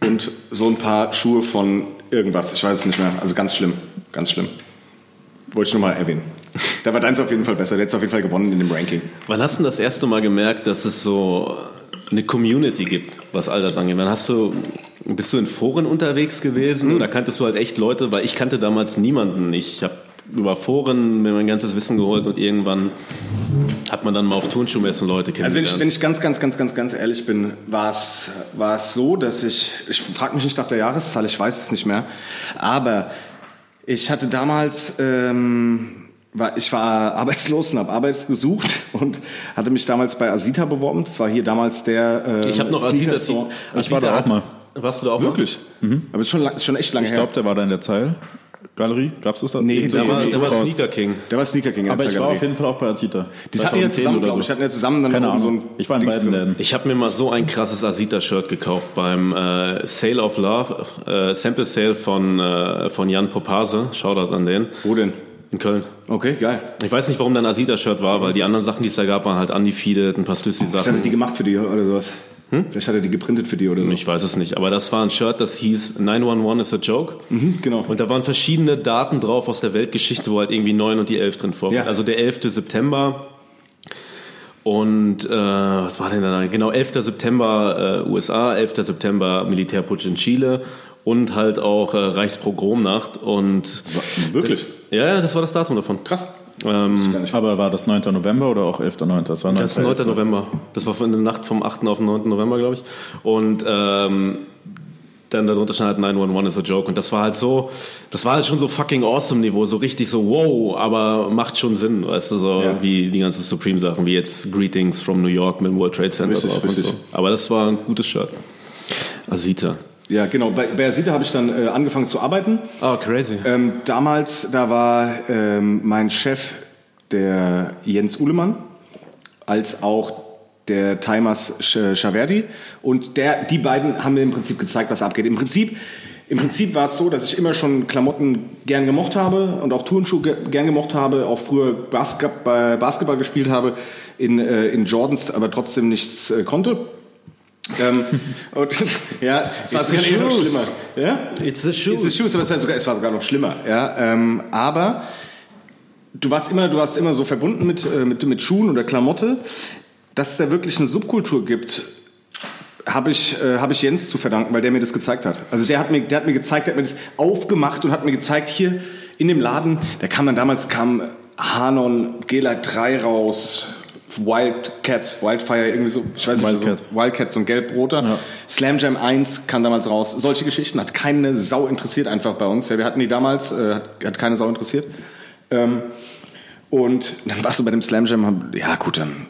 D: und so ein paar Schuhe von irgendwas, ich weiß es nicht mehr, also ganz schlimm, ganz schlimm. Wollte ich nur mal erwähnen. Da war deins auf jeden Fall besser, der hätte auf jeden Fall gewonnen in dem Ranking.
C: Wann hast du denn das erste Mal gemerkt, dass es so eine Community gibt, was all das angeht? Wann hast du, bist du in Foren unterwegs gewesen oder kanntest du halt echt Leute? Weil ich kannte damals niemanden. Ich habe über Foren mir mein ganzes Wissen geholt und irgendwann hat man dann mal auf Turnschuhmessen Leute
D: Also wenn
C: kennengelernt.
D: ich, wenn ich ganz, ganz, ganz, ganz, ganz ehrlich bin, war es, war es so, dass ich, ich frage mich nicht nach der Jahreszahl, ich weiß es nicht mehr, aber ich hatte damals, ähm, war, ich war arbeitslos und habe Arbeit gesucht und hatte mich damals bei Asita beworben. Das war hier damals der. ähm,
C: Ich habe noch
D: Sneaker
C: Asita.
D: Store.
B: Ich war da auch mal.
C: Warst du da auch
D: Wirklich? Aber es ist schon, lang- schon echt lange
B: Ich
D: her.
B: glaube, der war da in der Zeil. Galerie? Gab es das da?
D: Nee,
B: da
C: Der war,
D: nee,
C: der war
B: raus.
C: Sneaker King.
D: Der war Sneaker King in
B: Aber
D: der
B: ich war auf
D: Galerie.
B: jeden Fall auch bei Azita.
D: Das hatten wir ja
B: 2010
D: zusammen,
B: oder
D: glaube ich. Hatten wir zusammen dann
B: Keine
D: oben
B: Ahnung.
D: so ein
B: ich war in
D: Dings
B: beiden
D: drin.
B: Läden.
C: Ich habe mir mal so ein krasses Asita-Shirt gekauft beim äh, Sale of Love, äh, Sample Sale von, äh, von Jan Popase. Shoutout an den.
D: Wo denn?
C: In Köln.
D: Okay, geil.
C: Ich weiß nicht, warum da ein Asita-Shirt war, weil die anderen Sachen, die es da gab, waren halt undefeated, ein paar
D: Vielleicht hat er die
C: Stussy-Sachen.
D: gemacht für die oder sowas.
B: Hm?
D: Vielleicht hat er die geprintet für die oder so.
C: Ich weiß es nicht, aber das war ein Shirt, das hieß 911 is a joke.
D: Mhm, genau.
C: Und da waren verschiedene Daten drauf aus der Weltgeschichte, wo halt irgendwie 9 und die 11 drin vorkommen.
D: Ja.
C: Also der 11. September und äh, was war denn da? Genau, 11. September äh, USA, 11. September Militärputsch in Chile und halt auch äh, Reichspogromnacht. Und
D: Wirklich?
C: ja, ja, das war das Datum davon.
D: Krass.
C: Ähm,
B: Aber war das 9. November oder auch 11.9.? Das war
C: das ist 9. November. Das war von der Nacht vom 8. auf den 9. November, glaube ich. Und ähm, dann darunter stand halt 911 is a joke. Und das war halt so, das war halt schon so fucking awesome Niveau, so richtig so wow, aber macht schon Sinn, weißt du, so
D: Ja.
C: wie die ganzen Supreme-Sachen, wie jetzt Greetings from New York mit dem World Trade Center
D: Richtig,
C: drauf
D: richtig.
C: und so. Aber das war ein gutes Shirt. Asita.
D: Ja, genau. Bei, bei Asita habe ich dann äh, angefangen zu arbeiten.
C: Oh, crazy.
D: Ähm, damals, da war ähm, mein Chef, der Jens Uhlemann, als auch der Timers Sch- Schaverdi. Und der, die beiden haben mir im Prinzip gezeigt, was abgeht. Im Prinzip, im Prinzip war es so, dass ich immer schon Klamotten gern gemocht habe und auch Turnschuhe ge- gern gemocht habe, auch früher Basketball, Basketball gespielt habe, in, äh, in Jordans, aber trotzdem nichts äh, konnte. ähm, und, ja, es war
C: It's
D: sogar
C: the
D: eher noch
C: shoes.
D: schlimmer. Ja?
C: It's the shoes.
D: It's the shoes, aber es war sogar, es war sogar noch schlimmer. Ja, ähm, aber du warst immer, du warst immer so verbunden mit, äh, mit, mit Schuhen oder Klamotte, dass es da wirklich eine Subkultur gibt. Habe ich, äh, hab ich Jens zu verdanken, weil der mir das gezeigt hat. Also der hat mir, der hat mir gezeigt, der hat mir das aufgemacht und hat mir gezeigt, hier in dem Laden, da kam dann damals kam Hanon Gela 3 raus, Wildcats, Wildfire, irgendwie so, ich weiß nicht,
B: Wildcat.
D: so Wildcats und Gelbroter.
B: Ja.
D: Slam Jam 1 kam damals raus. Solche Geschichten hat keine Sau interessiert einfach bei uns. Ja, wir hatten die damals, äh, hat, hat keine Sau interessiert. Ähm, und dann warst du bei dem Slam Jam, hab- ja gut, dann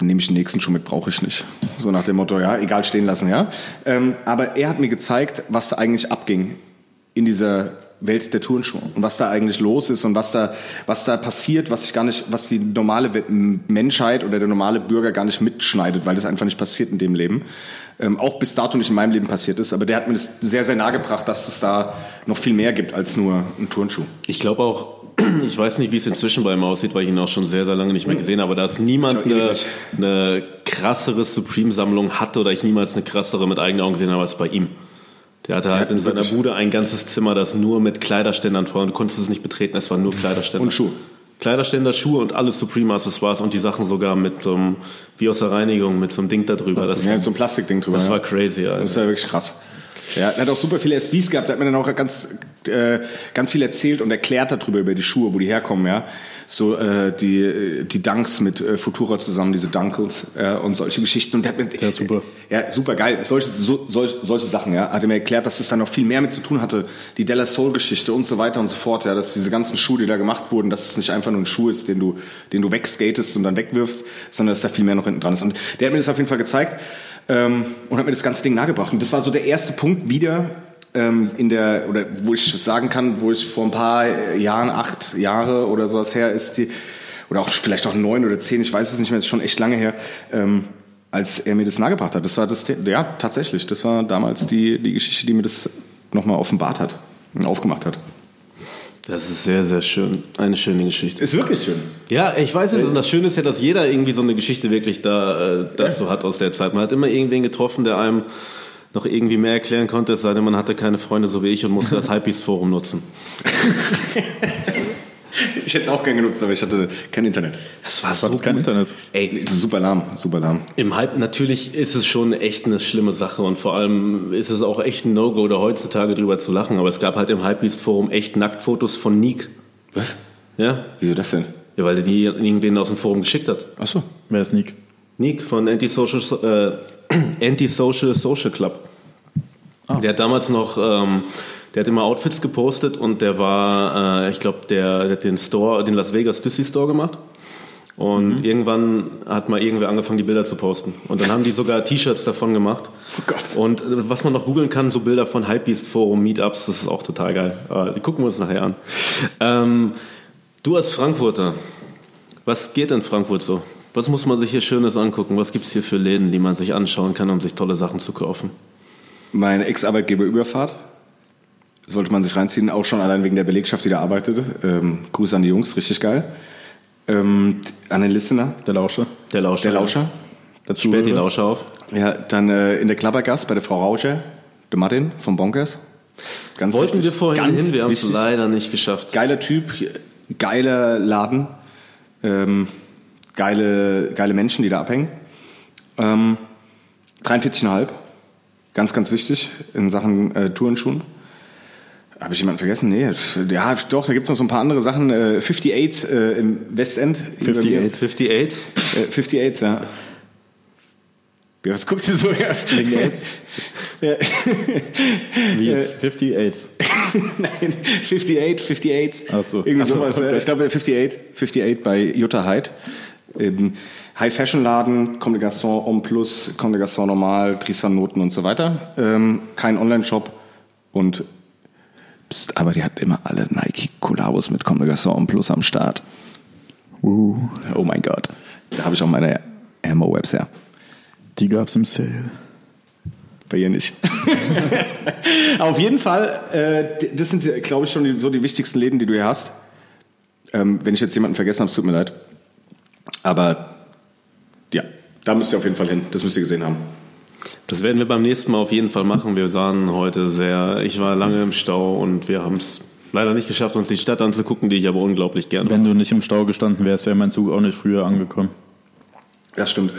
D: nehme ich den nächsten Schuh mit, brauche ich nicht. So nach dem Motto, ja, egal stehen lassen, ja. Ähm, aber er hat mir gezeigt, was da eigentlich abging in dieser Welt der Turnschuhe und was da eigentlich los ist und was da, was da passiert, was ich gar nicht, was die normale We- Menschheit oder der normale Bürger gar nicht mitschneidet, weil das einfach nicht passiert in dem Leben. Ähm, auch bis dato nicht in meinem Leben passiert ist, aber der hat mir das sehr, sehr nahe gebracht, dass es da noch viel mehr gibt als nur ein Turnschuh.
C: Ich glaube auch, ich weiß nicht, wie es inzwischen bei ihm aussieht, weil ich ihn auch schon sehr, sehr lange nicht mehr gesehen habe. Aber Da es niemand
D: Ich auch
C: eine,
D: ewig
C: eine krassere Supreme-Sammlung hatte oder ich niemals eine krassere mit eigenen Augen gesehen habe als bei ihm. Der hatte halt in seiner Bude ein ganzes Zimmer, das nur mit Kleiderständern voll. Du konntest es nicht betreten, es waren nur Kleiderständer.
D: Und Schuhe.
C: Kleiderständer, Schuhe und alle Supreme-Accessoires und die Sachen sogar mit so einem, wie aus der Reinigung, mit so einem Ding da drüber. Das,
D: Ja, so ein Plastikding drüber.
C: das
D: ja.
C: war crazy, Alter.
D: Das war wirklich krass. Ja, er hat auch super viele SBs gehabt, da hat mir dann auch ganz, äh, ganz viel erzählt und erklärt darüber, über die Schuhe, wo die herkommen, ja. So äh, die, äh, die Dunks mit äh, Futura zusammen, diese Dunkles äh, und solche Geschichten. Und der hat mir, ja,
B: super.
D: Ja, super geil. Solche, so, solche, solche Sachen, ja. Hat er mir erklärt, dass es da noch viel mehr mit zu tun hatte, die Della Soul-Geschichte und so weiter und so fort, ja. Dass diese ganzen Schuhe, die da gemacht wurden, dass es nicht einfach nur ein Schuh ist, den du, den du wegskatest und dann wegwirfst, sondern dass da viel mehr noch hinten dran ist. Und der hat mir das auf jeden Fall gezeigt ähm, und hat mir das ganze Ding nahegebracht. Und das war so der erste Punkt wieder ähm, in der, oder wo ich sagen kann, wo ich vor ein paar äh, Jahren, acht Jahre oder sowas her ist, die, oder auch vielleicht auch neun oder zehn, ich weiß es nicht mehr, ist schon echt lange her, ähm, als er mir das nahegebracht hat. Das war das, The- ja, tatsächlich, das war damals die, die Geschichte, die mir das nochmal offenbart hat und aufgemacht hat.
C: das ist sehr, sehr schön. Eine schöne Geschichte.
D: Ist wirklich schön.
C: Ja, ich weiß es. Und das Schöne ist ja, dass jeder irgendwie so eine Geschichte wirklich da äh, dazu hat aus der Zeit. Man hat immer irgendwen getroffen, der einem noch irgendwie mehr erklären konnte, es sei denn, man hatte keine Freunde so wie ich und musste das Hypebeast-Forum nutzen.
D: Ich hätte es auch gern genutzt, aber ich hatte kein Internet.
C: Das war
B: war
C: so
B: das kein
C: gut.
B: Internet.
D: Ey, super lahm, super lahm.
C: Im Hype natürlich ist es schon echt eine schlimme Sache und vor allem ist es auch echt ein No-Go, da heutzutage drüber zu lachen. Aber es gab halt im Hypebeast-Forum echt Nacktfotos von Nick.
D: Was?
C: Ja?
D: Wieso das denn?
C: ja, weil der die irgendwen aus dem Forum geschickt hat.
D: Ach so.
B: Wer ist Nick?
C: Nick von Antisocial, äh, Antisocial Social Club. Der hat damals noch, ähm, der hat immer Outfits gepostet und der war, äh, ich glaube, der, der hat den Store, den Las Vegas Düssi Store gemacht. Und irgendwann hat mal irgendwer angefangen, die Bilder zu posten. Und dann haben die sogar T-Shirts davon gemacht. Oh Gott. Und äh, was man noch googeln kann, so Bilder von Hypebeast Forum, Meetups, das ist auch total geil. Aber die gucken wir uns nachher an. Ähm, du als Frankfurter, was geht in Frankfurt so? Was muss man sich hier Schönes angucken? Was gibt es hier für Läden, die man sich anschauen kann, um sich tolle Sachen zu kaufen?
D: Mein Ex-Arbeitgeber Überfahrt. Sollte man sich reinziehen, auch schon allein wegen der Belegschaft, die da arbeitet. Ähm, Grüße an die Jungs, richtig geil. Ähm, an den Listener, der Lauscher.
C: Der Lauscher.
D: Der Lauscher.
C: Dazu Sperrt die Lauscher auf.
D: Ja, dann äh, in der Klappergast bei der Frau Rauscher, der Martin vom Bonkers. Ganz
C: Wollten
D: wichtig.
C: wir vorhin
D: Ganz
C: hin, wir haben es
D: wichtig.
C: leider nicht geschafft.
D: Geiler Typ, geiler Laden, ähm, geile, geile Menschen, die da abhängen. Ähm, 43,5, ganz, ganz wichtig in Sachen äh, Tourenschuhen. Habe ich jemanden vergessen? Nee, das- ja, doch, da gibt es noch so ein paar andere Sachen. Äh, 58 äh, im Westend. über mir.
B: 58.
C: 58?
D: Äh, 58, ja. Ja, was guckt ihr so? Ja. Ja.
B: Wie jetzt? 58.
D: Nein, 58, 58.
B: Ach so.
D: Irgendwie
B: Ach so,
D: sowas.
B: okay.
D: ja. Ich glaube 58, 58 bei Jutta Hyde. Ähm, High Fashion Laden, Comme des Garçons En Plus, Comme des Garçons Normal, Tristan Noten und so weiter. Ähm, kein Online-Shop und Psst, aber die hat immer alle Nike-Kollabos mit Comme des Garçons En Plus am Start.
B: Uh.
D: Oh mein Gott. Da habe ich auch meine Ammo-Webs her.
B: Die gab's im Sale.
D: Bei ihr nicht. Auf jeden Fall, äh, d- das sind, glaube ich, schon die, so die wichtigsten Läden, die du hier hast. Ähm, wenn ich jetzt jemanden vergessen habe, es tut mir leid. Aber ja, da müsst ihr auf jeden Fall hin. Das müsst ihr gesehen haben.
C: Das werden wir beim nächsten Mal auf jeden Fall machen. Wir sahen heute sehr, ich war lange im Stau und wir haben es leider nicht geschafft, uns die Stadt anzugucken, die ich aber unglaublich gerne
B: Wenn du nicht im Stau gestanden wärst, wäre mein Zug auch nicht früher angekommen.
D: Das stimmt.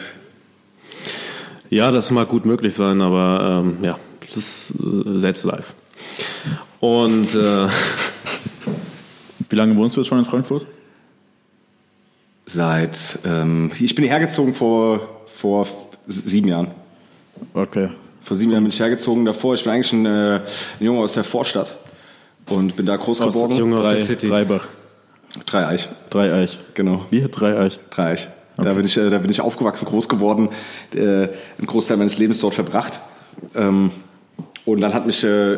C: Ja, das mag gut möglich sein, aber ähm, ja, das ist äh, that's life. Und äh,
B: Wie lange wohnst du jetzt schon in Frankfurt?
D: Seit, ähm, ich bin hierher gezogen vor, vor f- sieben Jahren.
B: Okay.
D: Vor sieben Jahren bin ich hergezogen. Davor, ich bin eigentlich ein, äh, ein Junge aus der Vorstadt und bin da groß geworden.
C: Junge aus
B: Drei,
C: der City.
B: Dreibach.
D: Dreieich,
B: Dreieich.
D: genau.
B: Wir Dreieich.
D: Dreieich. Da, bin ich, äh, da bin ich aufgewachsen, groß geworden, äh, einen Großteil meines Lebens dort verbracht. Ähm, und dann hat mich, äh,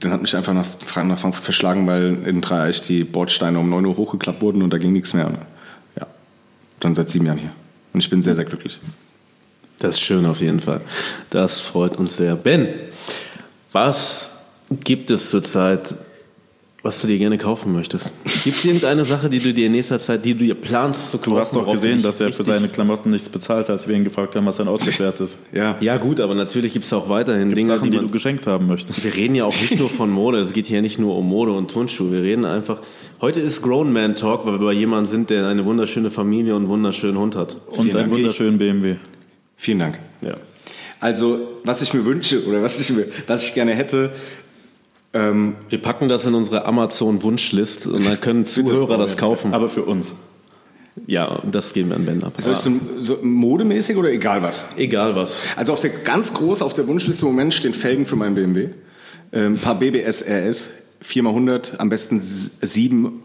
D: dann hat mich einfach nach, Fra- nach Frankfurt verschlagen, weil in Dreieich die Bordsteine um 9 Uhr hochgeklappt wurden und da ging nichts mehr. Und, ja, dann seit sieben Jahren hier. Und ich bin sehr, sehr glücklich.
C: das ist schön auf jeden Fall. Das freut uns sehr. Ben, was gibt es zurzeit, was du dir gerne kaufen möchtest? Gibt es irgendeine Sache, die du dir in nächster Zeit, die du dir planst zu kaufen?
B: Du hast doch
C: worauf du
B: gesehen,
C: dich
B: dass er für
C: richtig
B: seine Klamotten nichts bezahlt hat, als wir ihn gefragt haben, was sein Outfit wert ist.
D: Ja.
C: Ja gut, aber natürlich gibt es auch weiterhin Dinge,
B: Sachen, die
C: man-
B: du geschenkt haben möchtest.
C: Wir reden ja auch nicht nur von Mode, es geht hier nicht nur um Mode und Turnschuhe, wir reden einfach, heute ist Grown Man Talk, weil wir bei jemandem sind, der eine wunderschöne Familie und einen wunderschönen Hund hat.
B: Und einen
D: Dank.
B: wunderschönen BMW.
D: Vielen Dank.
C: Ja.
D: Also, was ich mir wünsche oder was ich, mir, was ich gerne hätte, ähm,
C: Wir packen das in unsere Amazon-Wunschlist und dann können Zuhörer das kaufen.
B: Aber für uns.
C: Ja, das geben wir an Ben ab.
D: soll ich so, so modemäßig oder egal was?
C: Egal was.
D: Also auf der ganz groß auf der Wunschliste im Moment stehen Felgen für meinen BMW. Ähm, ein paar BBS RS, 4x100, am besten 7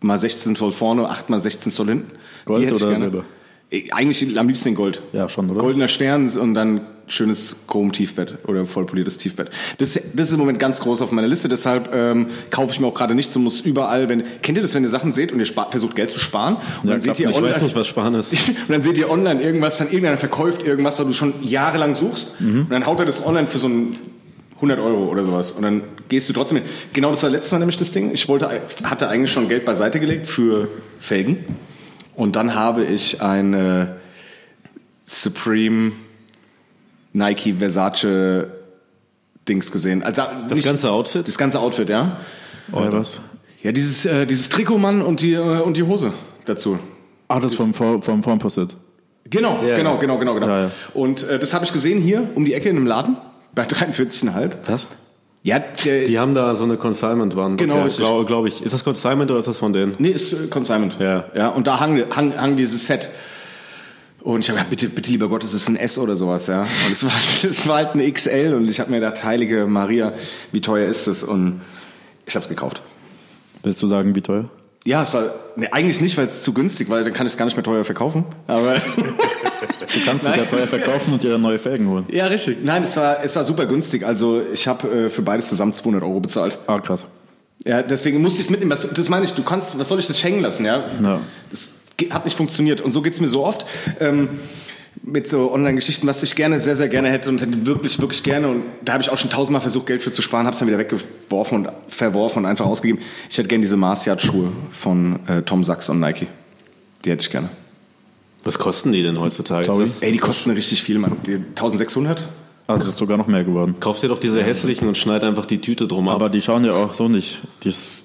D: mal 16 Zoll vorne, 8 mal 16 Zoll hinten.
B: Gold
D: hätte ich
B: oder
D: gerne.
B: Silber?
D: Äh, Eigentlich am liebsten in Gold.
B: Ja, schon, oder?
D: Goldener Stern und dann schönes Chrom-Tiefbett oder vollpoliertes Tiefbett. Das, das ist im Moment ganz groß auf meiner Liste, deshalb ähm, kaufe ich mir auch gerade nichts und muss überall, wenn, kennt ihr das, wenn ihr Sachen seht und ihr spart, versucht Geld zu sparen und dann seht
C: Ich
D: ihr online,
C: weiß nicht, was Spahn ist.
D: und dann seht ihr online irgendwas, dann irgendeiner verkauft irgendwas, was du schon jahrelang suchst.
C: Mhm.
D: Und dann haut er das online für so ein 100 Euro oder sowas. Und dann gehst du trotzdem hin. Genau das war letztes Mal nämlich das Ding. Ich wollte, hatte eigentlich schon Geld beiseite gelegt für Felgen. Und dann habe ich eine Supreme Nike Versace Dings gesehen. Also,
C: Das ganze Outfit?
D: das ganze Outfit, ja.
B: Oder was?
D: Ja, dieses, äh, dieses Trikot, Mann, und die, äh, und die Hose dazu.
B: Ah, das vom, vom, vom Formposset.
D: Genau, genau, genau, genau, genau.
B: Ja, ja.
D: Und äh, das habe ich gesehen hier um die Ecke in einem Laden bei 43,5.
B: Was?
D: Ja, der,
C: Die haben da so eine Consignment-Wand.
D: Genau, richtig.
C: glaube glaub ich. Ist das Consignment oder ist das von denen?
D: nee, ist äh, Consignment.
C: Ja.
D: ja. Und da hang, hang, hang dieses Set. Und ich habe gedacht, bitte, bitte, lieber Gott, es ist ein S oder sowas, ja. Und es war, es war halt ein XL und ich habe mir gedacht, heilige Maria, wie teuer ist das? Und ich habe es gekauft.
B: Willst du sagen, wie teuer?
D: Ja, es war nee, eigentlich nicht, weil es zu günstig, weil dann kann ich es gar nicht mehr teuer verkaufen.
B: Aber du kannst es ja teuer verkaufen und dir dann neue Felgen holen.
D: Ja, richtig. Nein, es war, es war super günstig. Also ich habe äh, für beides zusammen 200 Euro bezahlt.
B: Ah, krass.
D: Ja, deswegen musste ich es mitnehmen. Was, das meine ich, du kannst, was soll ich das schenken lassen, ja?
B: Ja.
D: Das ge- hat nicht funktioniert. Und so geht's mir so oft. Ähm, mit so Online-Geschichten, was ich gerne, sehr, sehr gerne hätte und hätte wirklich, wirklich gerne. Und da habe ich auch schon tausendmal versucht, Geld für zu sparen, habe es dann wieder weggeworfen und verworfen und einfach ausgegeben. Ich hätte gerne diese Marciard-Schuhe von äh, Tom Sachs und Nike. Die hätte ich gerne.
C: Was kosten die denn heutzutage?
B: Sorry.
C: Ist das-
D: Ey, die kosten richtig viel, Mann. Die 1600?
B: Also es ist sogar noch mehr geworden.
C: Kauf dir doch diese hässlichen und schneid einfach die Tüte drum ab.
B: Aber die schauen ja auch so nicht. Die s-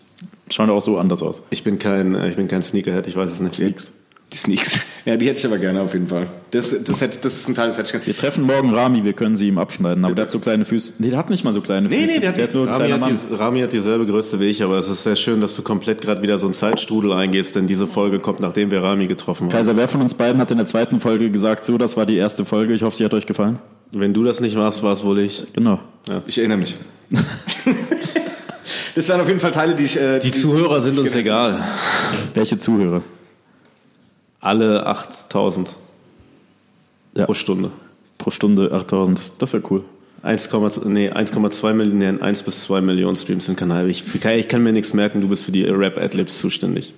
B: schauen ja auch so anders aus.
C: Ich bin kein, äh, ich bin kein Sneakerhead, ich weiß es nicht.
D: Die Sneaks. Ja, die hätte ich aber gerne auf jeden Fall. Das, das, hätte, das ist ein Teil, das hätte ich gerne.
B: Wir treffen morgen Rami, wir können sie ihm abschneiden. Aber der hat so kleine Füße. Nee, der hat nicht mal so kleine Füße.
D: nee, der hat-
B: ist nur ein
C: Rami
B: kleiner
C: hat,
B: Mann.
C: die, Rami hat dieselbe Größe wie ich, aber es ist sehr schön, dass du komplett gerade wieder so einen Zeitstrudel eingehst, denn diese Folge kommt, nachdem wir Rami getroffen haben.
B: Kaiser, wer von uns beiden hat in der zweiten Folge gesagt, so, das war die erste Folge, ich hoffe, sie hat euch gefallen?
C: Wenn du das nicht warst, war es wohl ich.
B: Genau.
D: Ich erinnere mich. das waren auf jeden Fall Teile, die ich. Äh,
C: Die Zuhörer sind uns egal.
B: Welche Zuhörer?
C: Alle 8000
B: Ja.
C: pro Stunde.
B: Pro Stunde 8000, das, das wäre cool.
C: 1,2 nee, 1,2 Millionen, 1 bis 2 Millionen Streams in Kanal. Ich, Kai, ich kann mir nichts merken, du bist für die Rap-Adlibs zuständig.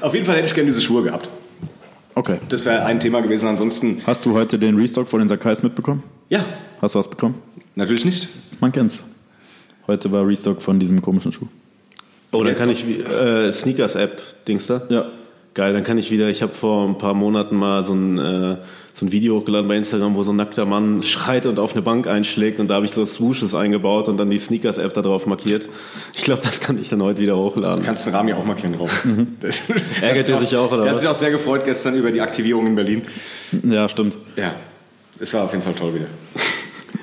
D: Auf jeden Fall hätte ich gerne diese Schuhe gehabt.
B: Okay.
D: Das wäre ein Thema gewesen. Ansonsten.
B: Hast du heute den Restock von den Sakais mitbekommen?
D: Ja,
B: Hast du was bekommen?
D: natürlich nicht.
B: Man kennt's. Heute war Restock von diesem komischen Schuh.
C: Oh, dann kann ich wie- äh, Sneakers-App, Dings da?
B: Ja.
C: Geil, dann kann ich wieder, ich habe vor ein paar Monaten mal so ein, äh, so ein Video hochgeladen bei Instagram, wo so ein nackter Mann schreit und auf eine Bank einschlägt und da habe ich so Swooshes eingebaut und dann die Sneakers-App da drauf markiert. Ich glaube, das kann ich dann heute wieder hochladen.
D: Kannst den Rahmen ja auch markieren drauf.
C: Ärgert Mhm. er sich auch, oder
D: Er hat
C: was?
D: sich auch sehr gefreut gestern über die Aktivierung in Berlin.
B: Ja, stimmt.
D: Ja. Es war auf jeden Fall toll wieder.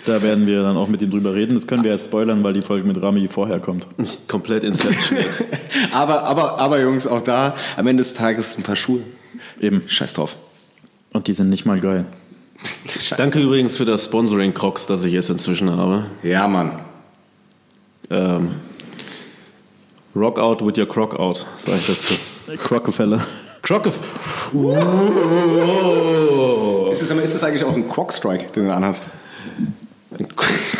B: Da werden wir dann auch mit ihm drüber reden. Das können wir jetzt spoilern, weil die Folge mit Rami vorher kommt.
C: Nicht komplett Inception. jetzt.
D: Aber, aber, aber Jungs, auch da am Ende des Tages ein paar Schuhe.
B: Eben.
D: Scheiß drauf.
B: Und die sind nicht mal geil.
D: Scheiß
C: Danke übrigens für das Sponsoring Crocs, das ich jetzt inzwischen habe.
D: Ja, Mann.
C: Ähm, rock out with your croc out, sag ich dazu.
B: Crockefeller.
C: Crocif
D: Ist das, ist das eigentlich auch ein Croc-Strike, den du anhast?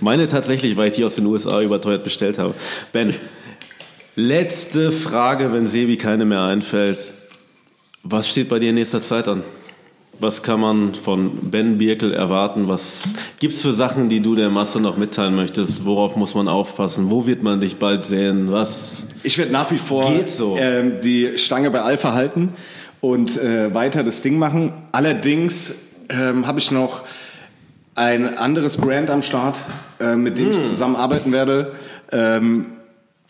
C: Meine tatsächlich, weil ich die aus den USA überteuert bestellt habe. Ben, letzte Frage, wenn Sebi keine mehr einfällt. Was steht bei dir in nächster Zeit an? Was kann man von Ben Birkel erwarten? Was gibt's für Sachen, die du der Masse noch mitteilen möchtest? Worauf muss man aufpassen? Wo wird man dich bald sehen? Was?
D: Ich werde nach wie vor
C: Geht so.
D: ähm, die Stange bei Alpha halten und äh, weiter das Ding machen. Allerdings ähm, habe ich noch ein anderes Brand am Start, äh, mit dem
C: Hm.
D: ich zusammenarbeiten werde. Ähm,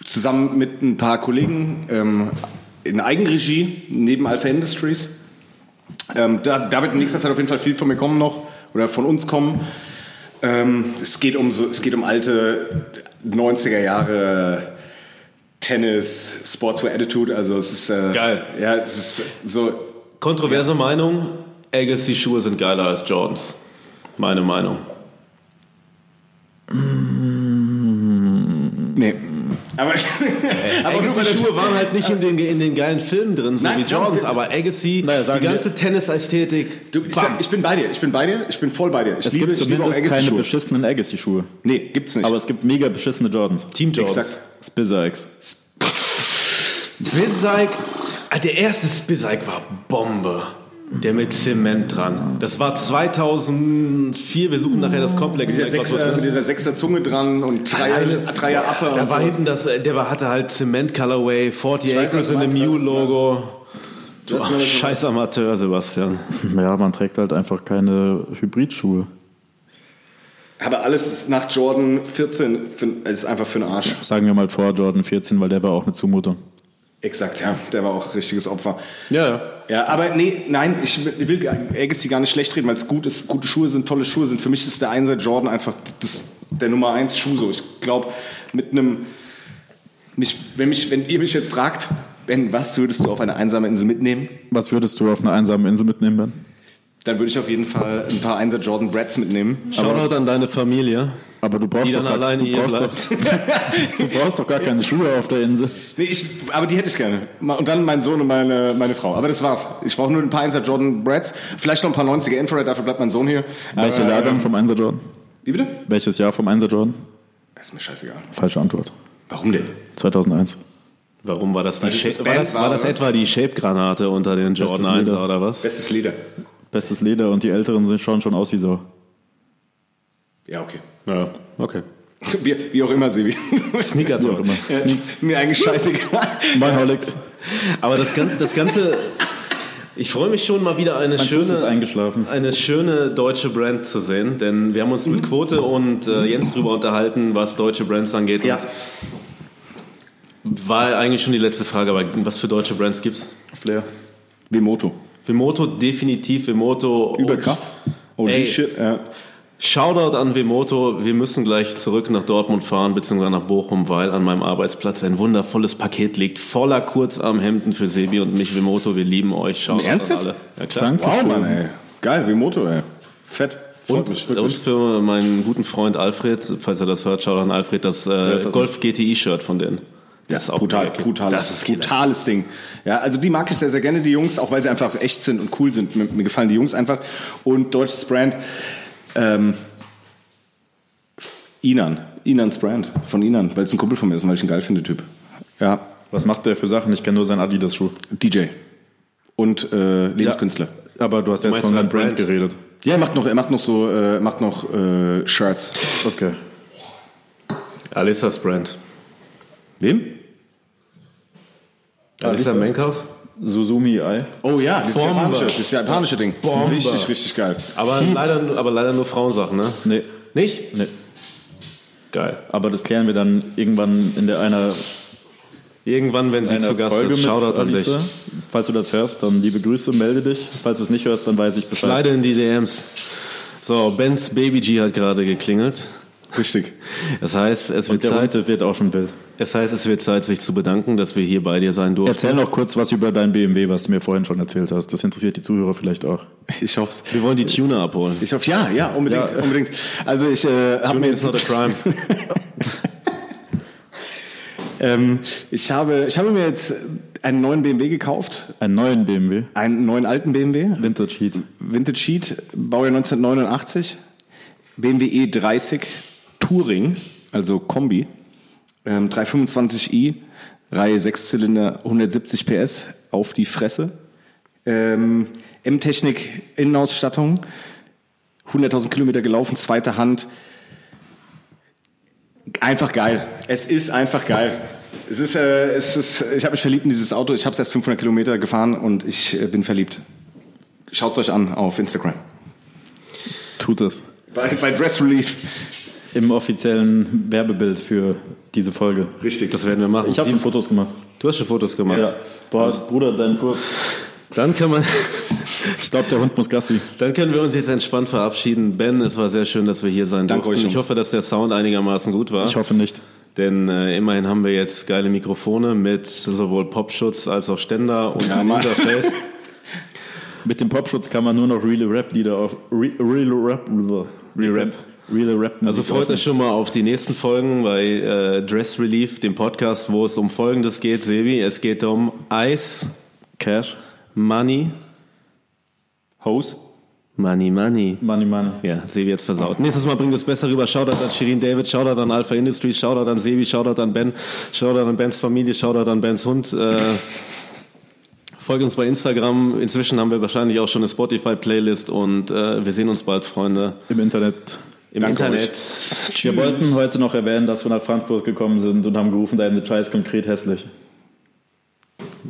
D: zusammen mit ein paar Kollegen ähm, in Eigenregie neben Alpha Industries. Ähm, da, da wird in nächster Zeit auf jeden Fall viel von mir kommen noch oder von uns kommen. Ähm, es, geht um so, es geht um alte 90er Jahre Tennis, Sportswear Attitude. Also es ist äh,
C: Geil.
D: Ja, es ist so.
C: Kontroverse Meinung, Agassi-Schuhe sind geiler als Jordans. Meine Meinung.
D: Nee. Aber, aber nur weil
C: Agassi
D: der
C: Schuhe waren halt nicht in den, in den geilen Filmen drin, so
D: Nein,
C: wie Jordans,
D: nein,
C: aber Agassi,
B: Naja,
C: die
B: sagen wir-
C: ganze Tennis-Ästhetik.
D: Du, ich, bin, ich bin bei dir, ich bin bei dir, ich bin voll bei dir. Ich
B: Es gibt
D: ich auch
B: zumindest keine
D: Agassi-Schuhe.
B: beschissenen Agassi-Schuhe.
D: Nee, gibt's nicht.
B: Aber es gibt mega beschissene Jordans.
C: Team Jordans.
D: Exakt.
B: Spizzax.
C: Spizike, ah, der erste Spizike war Bombe. Der mit Zement dran. Das war 2004, wir suchen nachher das Komplex.
D: Hm. Mit dieser Sechser, mit dieser Sechser Zunge dran und Dreier, Dreier Upper
C: da
D: und
C: war
D: so.
C: hinten das, äh, der war- hatte halt Cement Colorway, 40
D: weiß, was
C: Acres
D: du
C: in dem
D: meinst, was du
C: Mew-Logo. Du
D: Das war-
C: scheiß Amateur, Sebastian.
B: Ja, man trägt halt einfach keine Hybridschuhe.
D: Aber alles nach Jordan 14 für, ist einfach für den Arsch.
B: Sagen wir mal vor Jordan 14, weil der war auch eine Zumutung.
D: Exakt, ja. Der war auch richtiges Opfer.
C: Ja, ja.
D: Ja, aber nee, nein, ich will- ich will Agassi gar nicht schlecht reden, weil es gut ist. Gute Schuhe sind tolle Schuhe. Sind für mich ist der Einser Jordan einfach das, der Nummer 1 Schuh so. Ich glaube, mit einem mich, wenn mich, wenn ihr mich jetzt fragt, Ben, was würdest du auf eine einsame Insel mitnehmen?
B: Was würdest du auf eine einsame Insel mitnehmen, Ben?
D: dann würde ich auf jeden Fall ein paar Einser Jordan Brads mitnehmen.
C: Shoutout an deine Familie.
B: Aber du brauchst,
C: Die
B: doch
C: dann
B: gar,
C: alleine
B: du,
C: hier
B: brauchst
C: bleibt.
B: doch, du brauchst doch gar keine Schuhe auf der Insel.
D: Nee, ich, aber die hätte ich gerne. Ma- Und dann mein Sohn und meine, meine Frau. Aber das war's. Ich brauche nur ein paar Einser Jordan Brads, vielleicht noch ein paar 90er Infrared, dafür bleibt mein Sohn hier.
B: Welcher
D: Aber,
B: Jahrgang vom Einser Jordan?
D: Wie bitte?
B: Welches Jahr vom Einser Jordan?
D: Ist mir scheißegal.
B: Falsche Antwort.
D: Warum denn?
B: 2001.
C: Warum war das die
D: das
C: Shape,
D: das
C: war
D: Band
C: das,
D: war
C: war das
D: oder
C: etwa die Shape-Granate unter den
B: Bestes
C: Jordan 1
B: Lieder.
C: oder was?
D: Bestes Lieder.
B: Bestes Leder und die Älteren sind- schauen schon aus wie so.
D: Ja, okay.
C: Ja, okay.
D: Wie, wie auch immer, Sebi.
C: Sneaker Talk.
D: Ja, mir eigentlich scheißegal.
B: Mein Holix.
C: Aber das Ganze, das Ganze ich freue mich schon mal wieder eine
B: Schuss ist
C: schöne,
B: eingeschlafen.
C: eine schöne deutsche Brand zu sehen, denn wir haben uns mit Quote und äh, Jens drüber unterhalten, was deutsche Brands angeht.
D: Ja.
C: Und war eigentlich schon die letzte Frage, aber was für deutsche Brands gibt's?
D: Flair.
A: Wie Moto.
C: Vimoto definitiv, Vimoto.
D: Überkrass.
A: OG
C: Ey.
A: Shit. Ja.
C: Shoutout an Wemoto. Wir müssen gleich zurück nach Dortmund fahren, beziehungsweise nach Bochum, weil an meinem Arbeitsplatz ein wundervolles Paket liegt, voller Kurzarmhemden für Sebi und mich. Wemoto, wir lieben euch. Shoutout
D: Ernst
C: an
D: jetzt?
C: alle. Ja, klar.
D: Wow,
B: Dankeschön.
D: Mann, ey. Geil, wie Moto, ey. Fett. Freut mich,
C: Und,
D: wirklich.
C: und für meinen guten Freund Alfred, falls er das hört, Shoutout an Alfred, das äh,
B: das
C: Golf GTI-Shirt von denen. Das ist auch
D: brutal,
C: mega.
D: brutales,
C: Das ist brutal.
D: brutales Ding. Ja, also die mag ich sehr, sehr gerne, die Jungs, auch weil sie einfach echt sind und cool sind. Mir, mir gefallen die Jungs einfach. Und deutsches Brand, ähm, Inan, Inans Brand, von Inan, weil es ein Kumpel von mir ist und weil ich ihn geil finde, Typ. Ja,
B: Was macht der für Sachen? Ich kenne nur seinen Adidas-Schuh.
D: DJ und äh, Lebenskünstler.
B: Aber du hast jetzt
C: Meinst
B: von
C: du
B: deinem
C: an
B: Brand
C: Brand?
B: geredet.
D: Ja, er macht noch, er macht noch so, äh, macht noch äh, Shirts.
B: Okay.
C: Alissas Brand.
D: Wem?
C: Alissa Menkhaus?
B: Suzumi Ei.
D: Oh ja, das
C: Bombe.
D: japanische, das japanische Ding. Richtig, richtig geil.
C: Aber leider, aber leider nur Frauensachen, ne?
B: Nee.
C: Nicht?
B: Nee.
C: Geil.
B: Aber das klären wir dann irgendwann in der einer,
C: Irgendwann, wenn sie
B: einer
C: zu Gast
B: Folge
C: ist,
B: mit
C: Shoutout an dich.
B: Alisa. Falls du das hörst, dann liebe Grüße, melde dich. Falls du es nicht hörst, dann weiß ich Bescheid.
C: Slide in die DMs. So, Bens Baby G hat gerade geklingelt.
D: Richtig.
C: Das heißt, es wird
B: Der
C: Zeit,
B: Seite wird auch schon wild.
C: es heißt, es wird Zeit, sich zu bedanken, dass wir hier bei dir sein durften.
B: Erzähl noch kurz was über dein BMW, was du mir vorhin schon erzählt hast. Das interessiert die Zuhörer vielleicht auch.
D: Ich hoff's.
C: Wir wollen die Tuner abholen.
D: Ich hoffe, ja, ja, unbedingt, unbedingt. Also ich äh, habe
C: Tuning
D: mir
C: is
D: jetzt
C: not a crime.
D: ähm, ich habe, ich habe mir jetzt einen neuen BMW gekauft,
B: Einen neuen BMW.
D: einen neuen alten BMW,
B: Vintage Heat.
D: Vintage Sheet, Baujahr 1989, BMW E30 E Touring, also Kombi, ähm, 325i, Reihe 6 Zylinder, 170 PS auf die Fresse, ähm, M-Technik Innenausstattung, 100.000 Kilometer gelaufen, zweite Hand, einfach geil. Es ist einfach geil. Es ist, äh, es ist, ich habe mich verliebt in dieses Auto. Ich habe es erst 500 Kilometer gefahren und ich äh, bin verliebt. Schaut euch an auf Instagram.
B: Tut es.
D: Bei, bei Dress Relief.
B: Im offiziellen Werbebild für diese Folge.
C: Richtig. Das werden wir machen.
B: Ich habe schon Fotos gemacht.
C: du hast schon Fotos gemacht.
B: Boah, Bruder, dein Furz.
C: Dann kann man,
B: Ich glaube, der Hund muss Gassi.
C: dann können wir uns jetzt entspannt verabschieden. Ben, es war sehr schön, dass wir hier sein
D: Danke
C: durften.
D: euch,
C: ich
D: Jungs.
C: hoffe, dass der Sound einigermaßen gut war.
B: Ich hoffe nicht.
C: Denn äh, immerhin haben wir jetzt geile Mikrofone mit sowohl Popschutz als auch Ständer und
D: Ja,
C: ein
D: Mann.
C: Interface.
B: Mit dem Popschutz kann man nur noch Real Rap Lieder auf. Re- Real Rap. Real Rap. Real Rap.
C: Also freut euch schon mal auf die nächsten Folgen bei äh, Dress Relief, dem Podcast, wo es um Folgendes geht, Sebi. Es geht um Eis,
B: Cash.
C: Money,
D: Hose.
C: Money, Money.
B: Money, money.
C: Ja, Sebi jetzt versaut. Nächstes Mal bringt es besser rüber. Shoutout an Shirin David, Shoutout an Alpha Industries, Shoutout an Sebi, Shoutout an Ben, Shoutout an Bens Familie, Shoutout an Bens Hund. Äh, folgt uns bei Instagram. Inzwischen haben wir wahrscheinlich auch schon eine Spotify-Playlist und äh, wir sehen uns bald, Freunde.
B: Im Internet.
C: Im
D: Danke
C: Internet.
B: Wir wollten heute noch erwähnen, dass wir nach Frankfurt gekommen sind und haben gerufen, deine Scheiß konkret hässlich.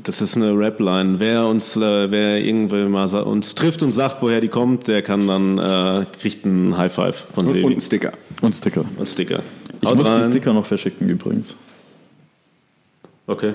C: Das ist eine Rap-Line. Wer uns, äh, wer irgendwie mal sa- uns trifft und sagt, woher die kommt, der kann dann äh, kriegt einen High Five von
D: Und,
C: Sebi.
D: und ein Sticker.
B: Und Sticker.
C: Und Sticker.
B: Ich
C: Haut
B: muss
C: rein.
B: die Sticker noch verschicken übrigens.
C: Okay.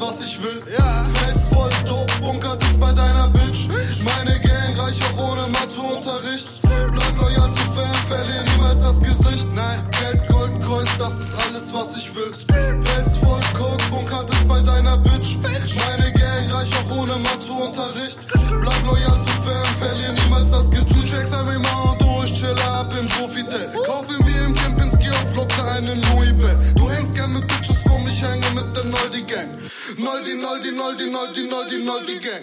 E: was ich will. Ja. Flex voll dope, Bunker ist bei deiner Bitch. Meine Gang reich auch ohne Matheunterricht. Bleib loyal zu Fan, verlier niemals das Gesicht. Nein, Geld, Gold, Kreuz, das ist alles, was ich will. Pelz voll Coke, Bunker ist bei deiner Bitch. Meine Gang reich auch ohne Matheunterricht. Bleib loyal zu Fan, verlier niemals das Gesicht. Du checkst am immer durch, chill ab im Sofitel. Kaufe mir im Kempinski auf Lotte einen Louis Bell. Du hängst gern mit Bitches rum, ich hänge mit der Noldi Gang. Noldi, Noldi, Noldi, Noldi, Noldi, Noldi Gang.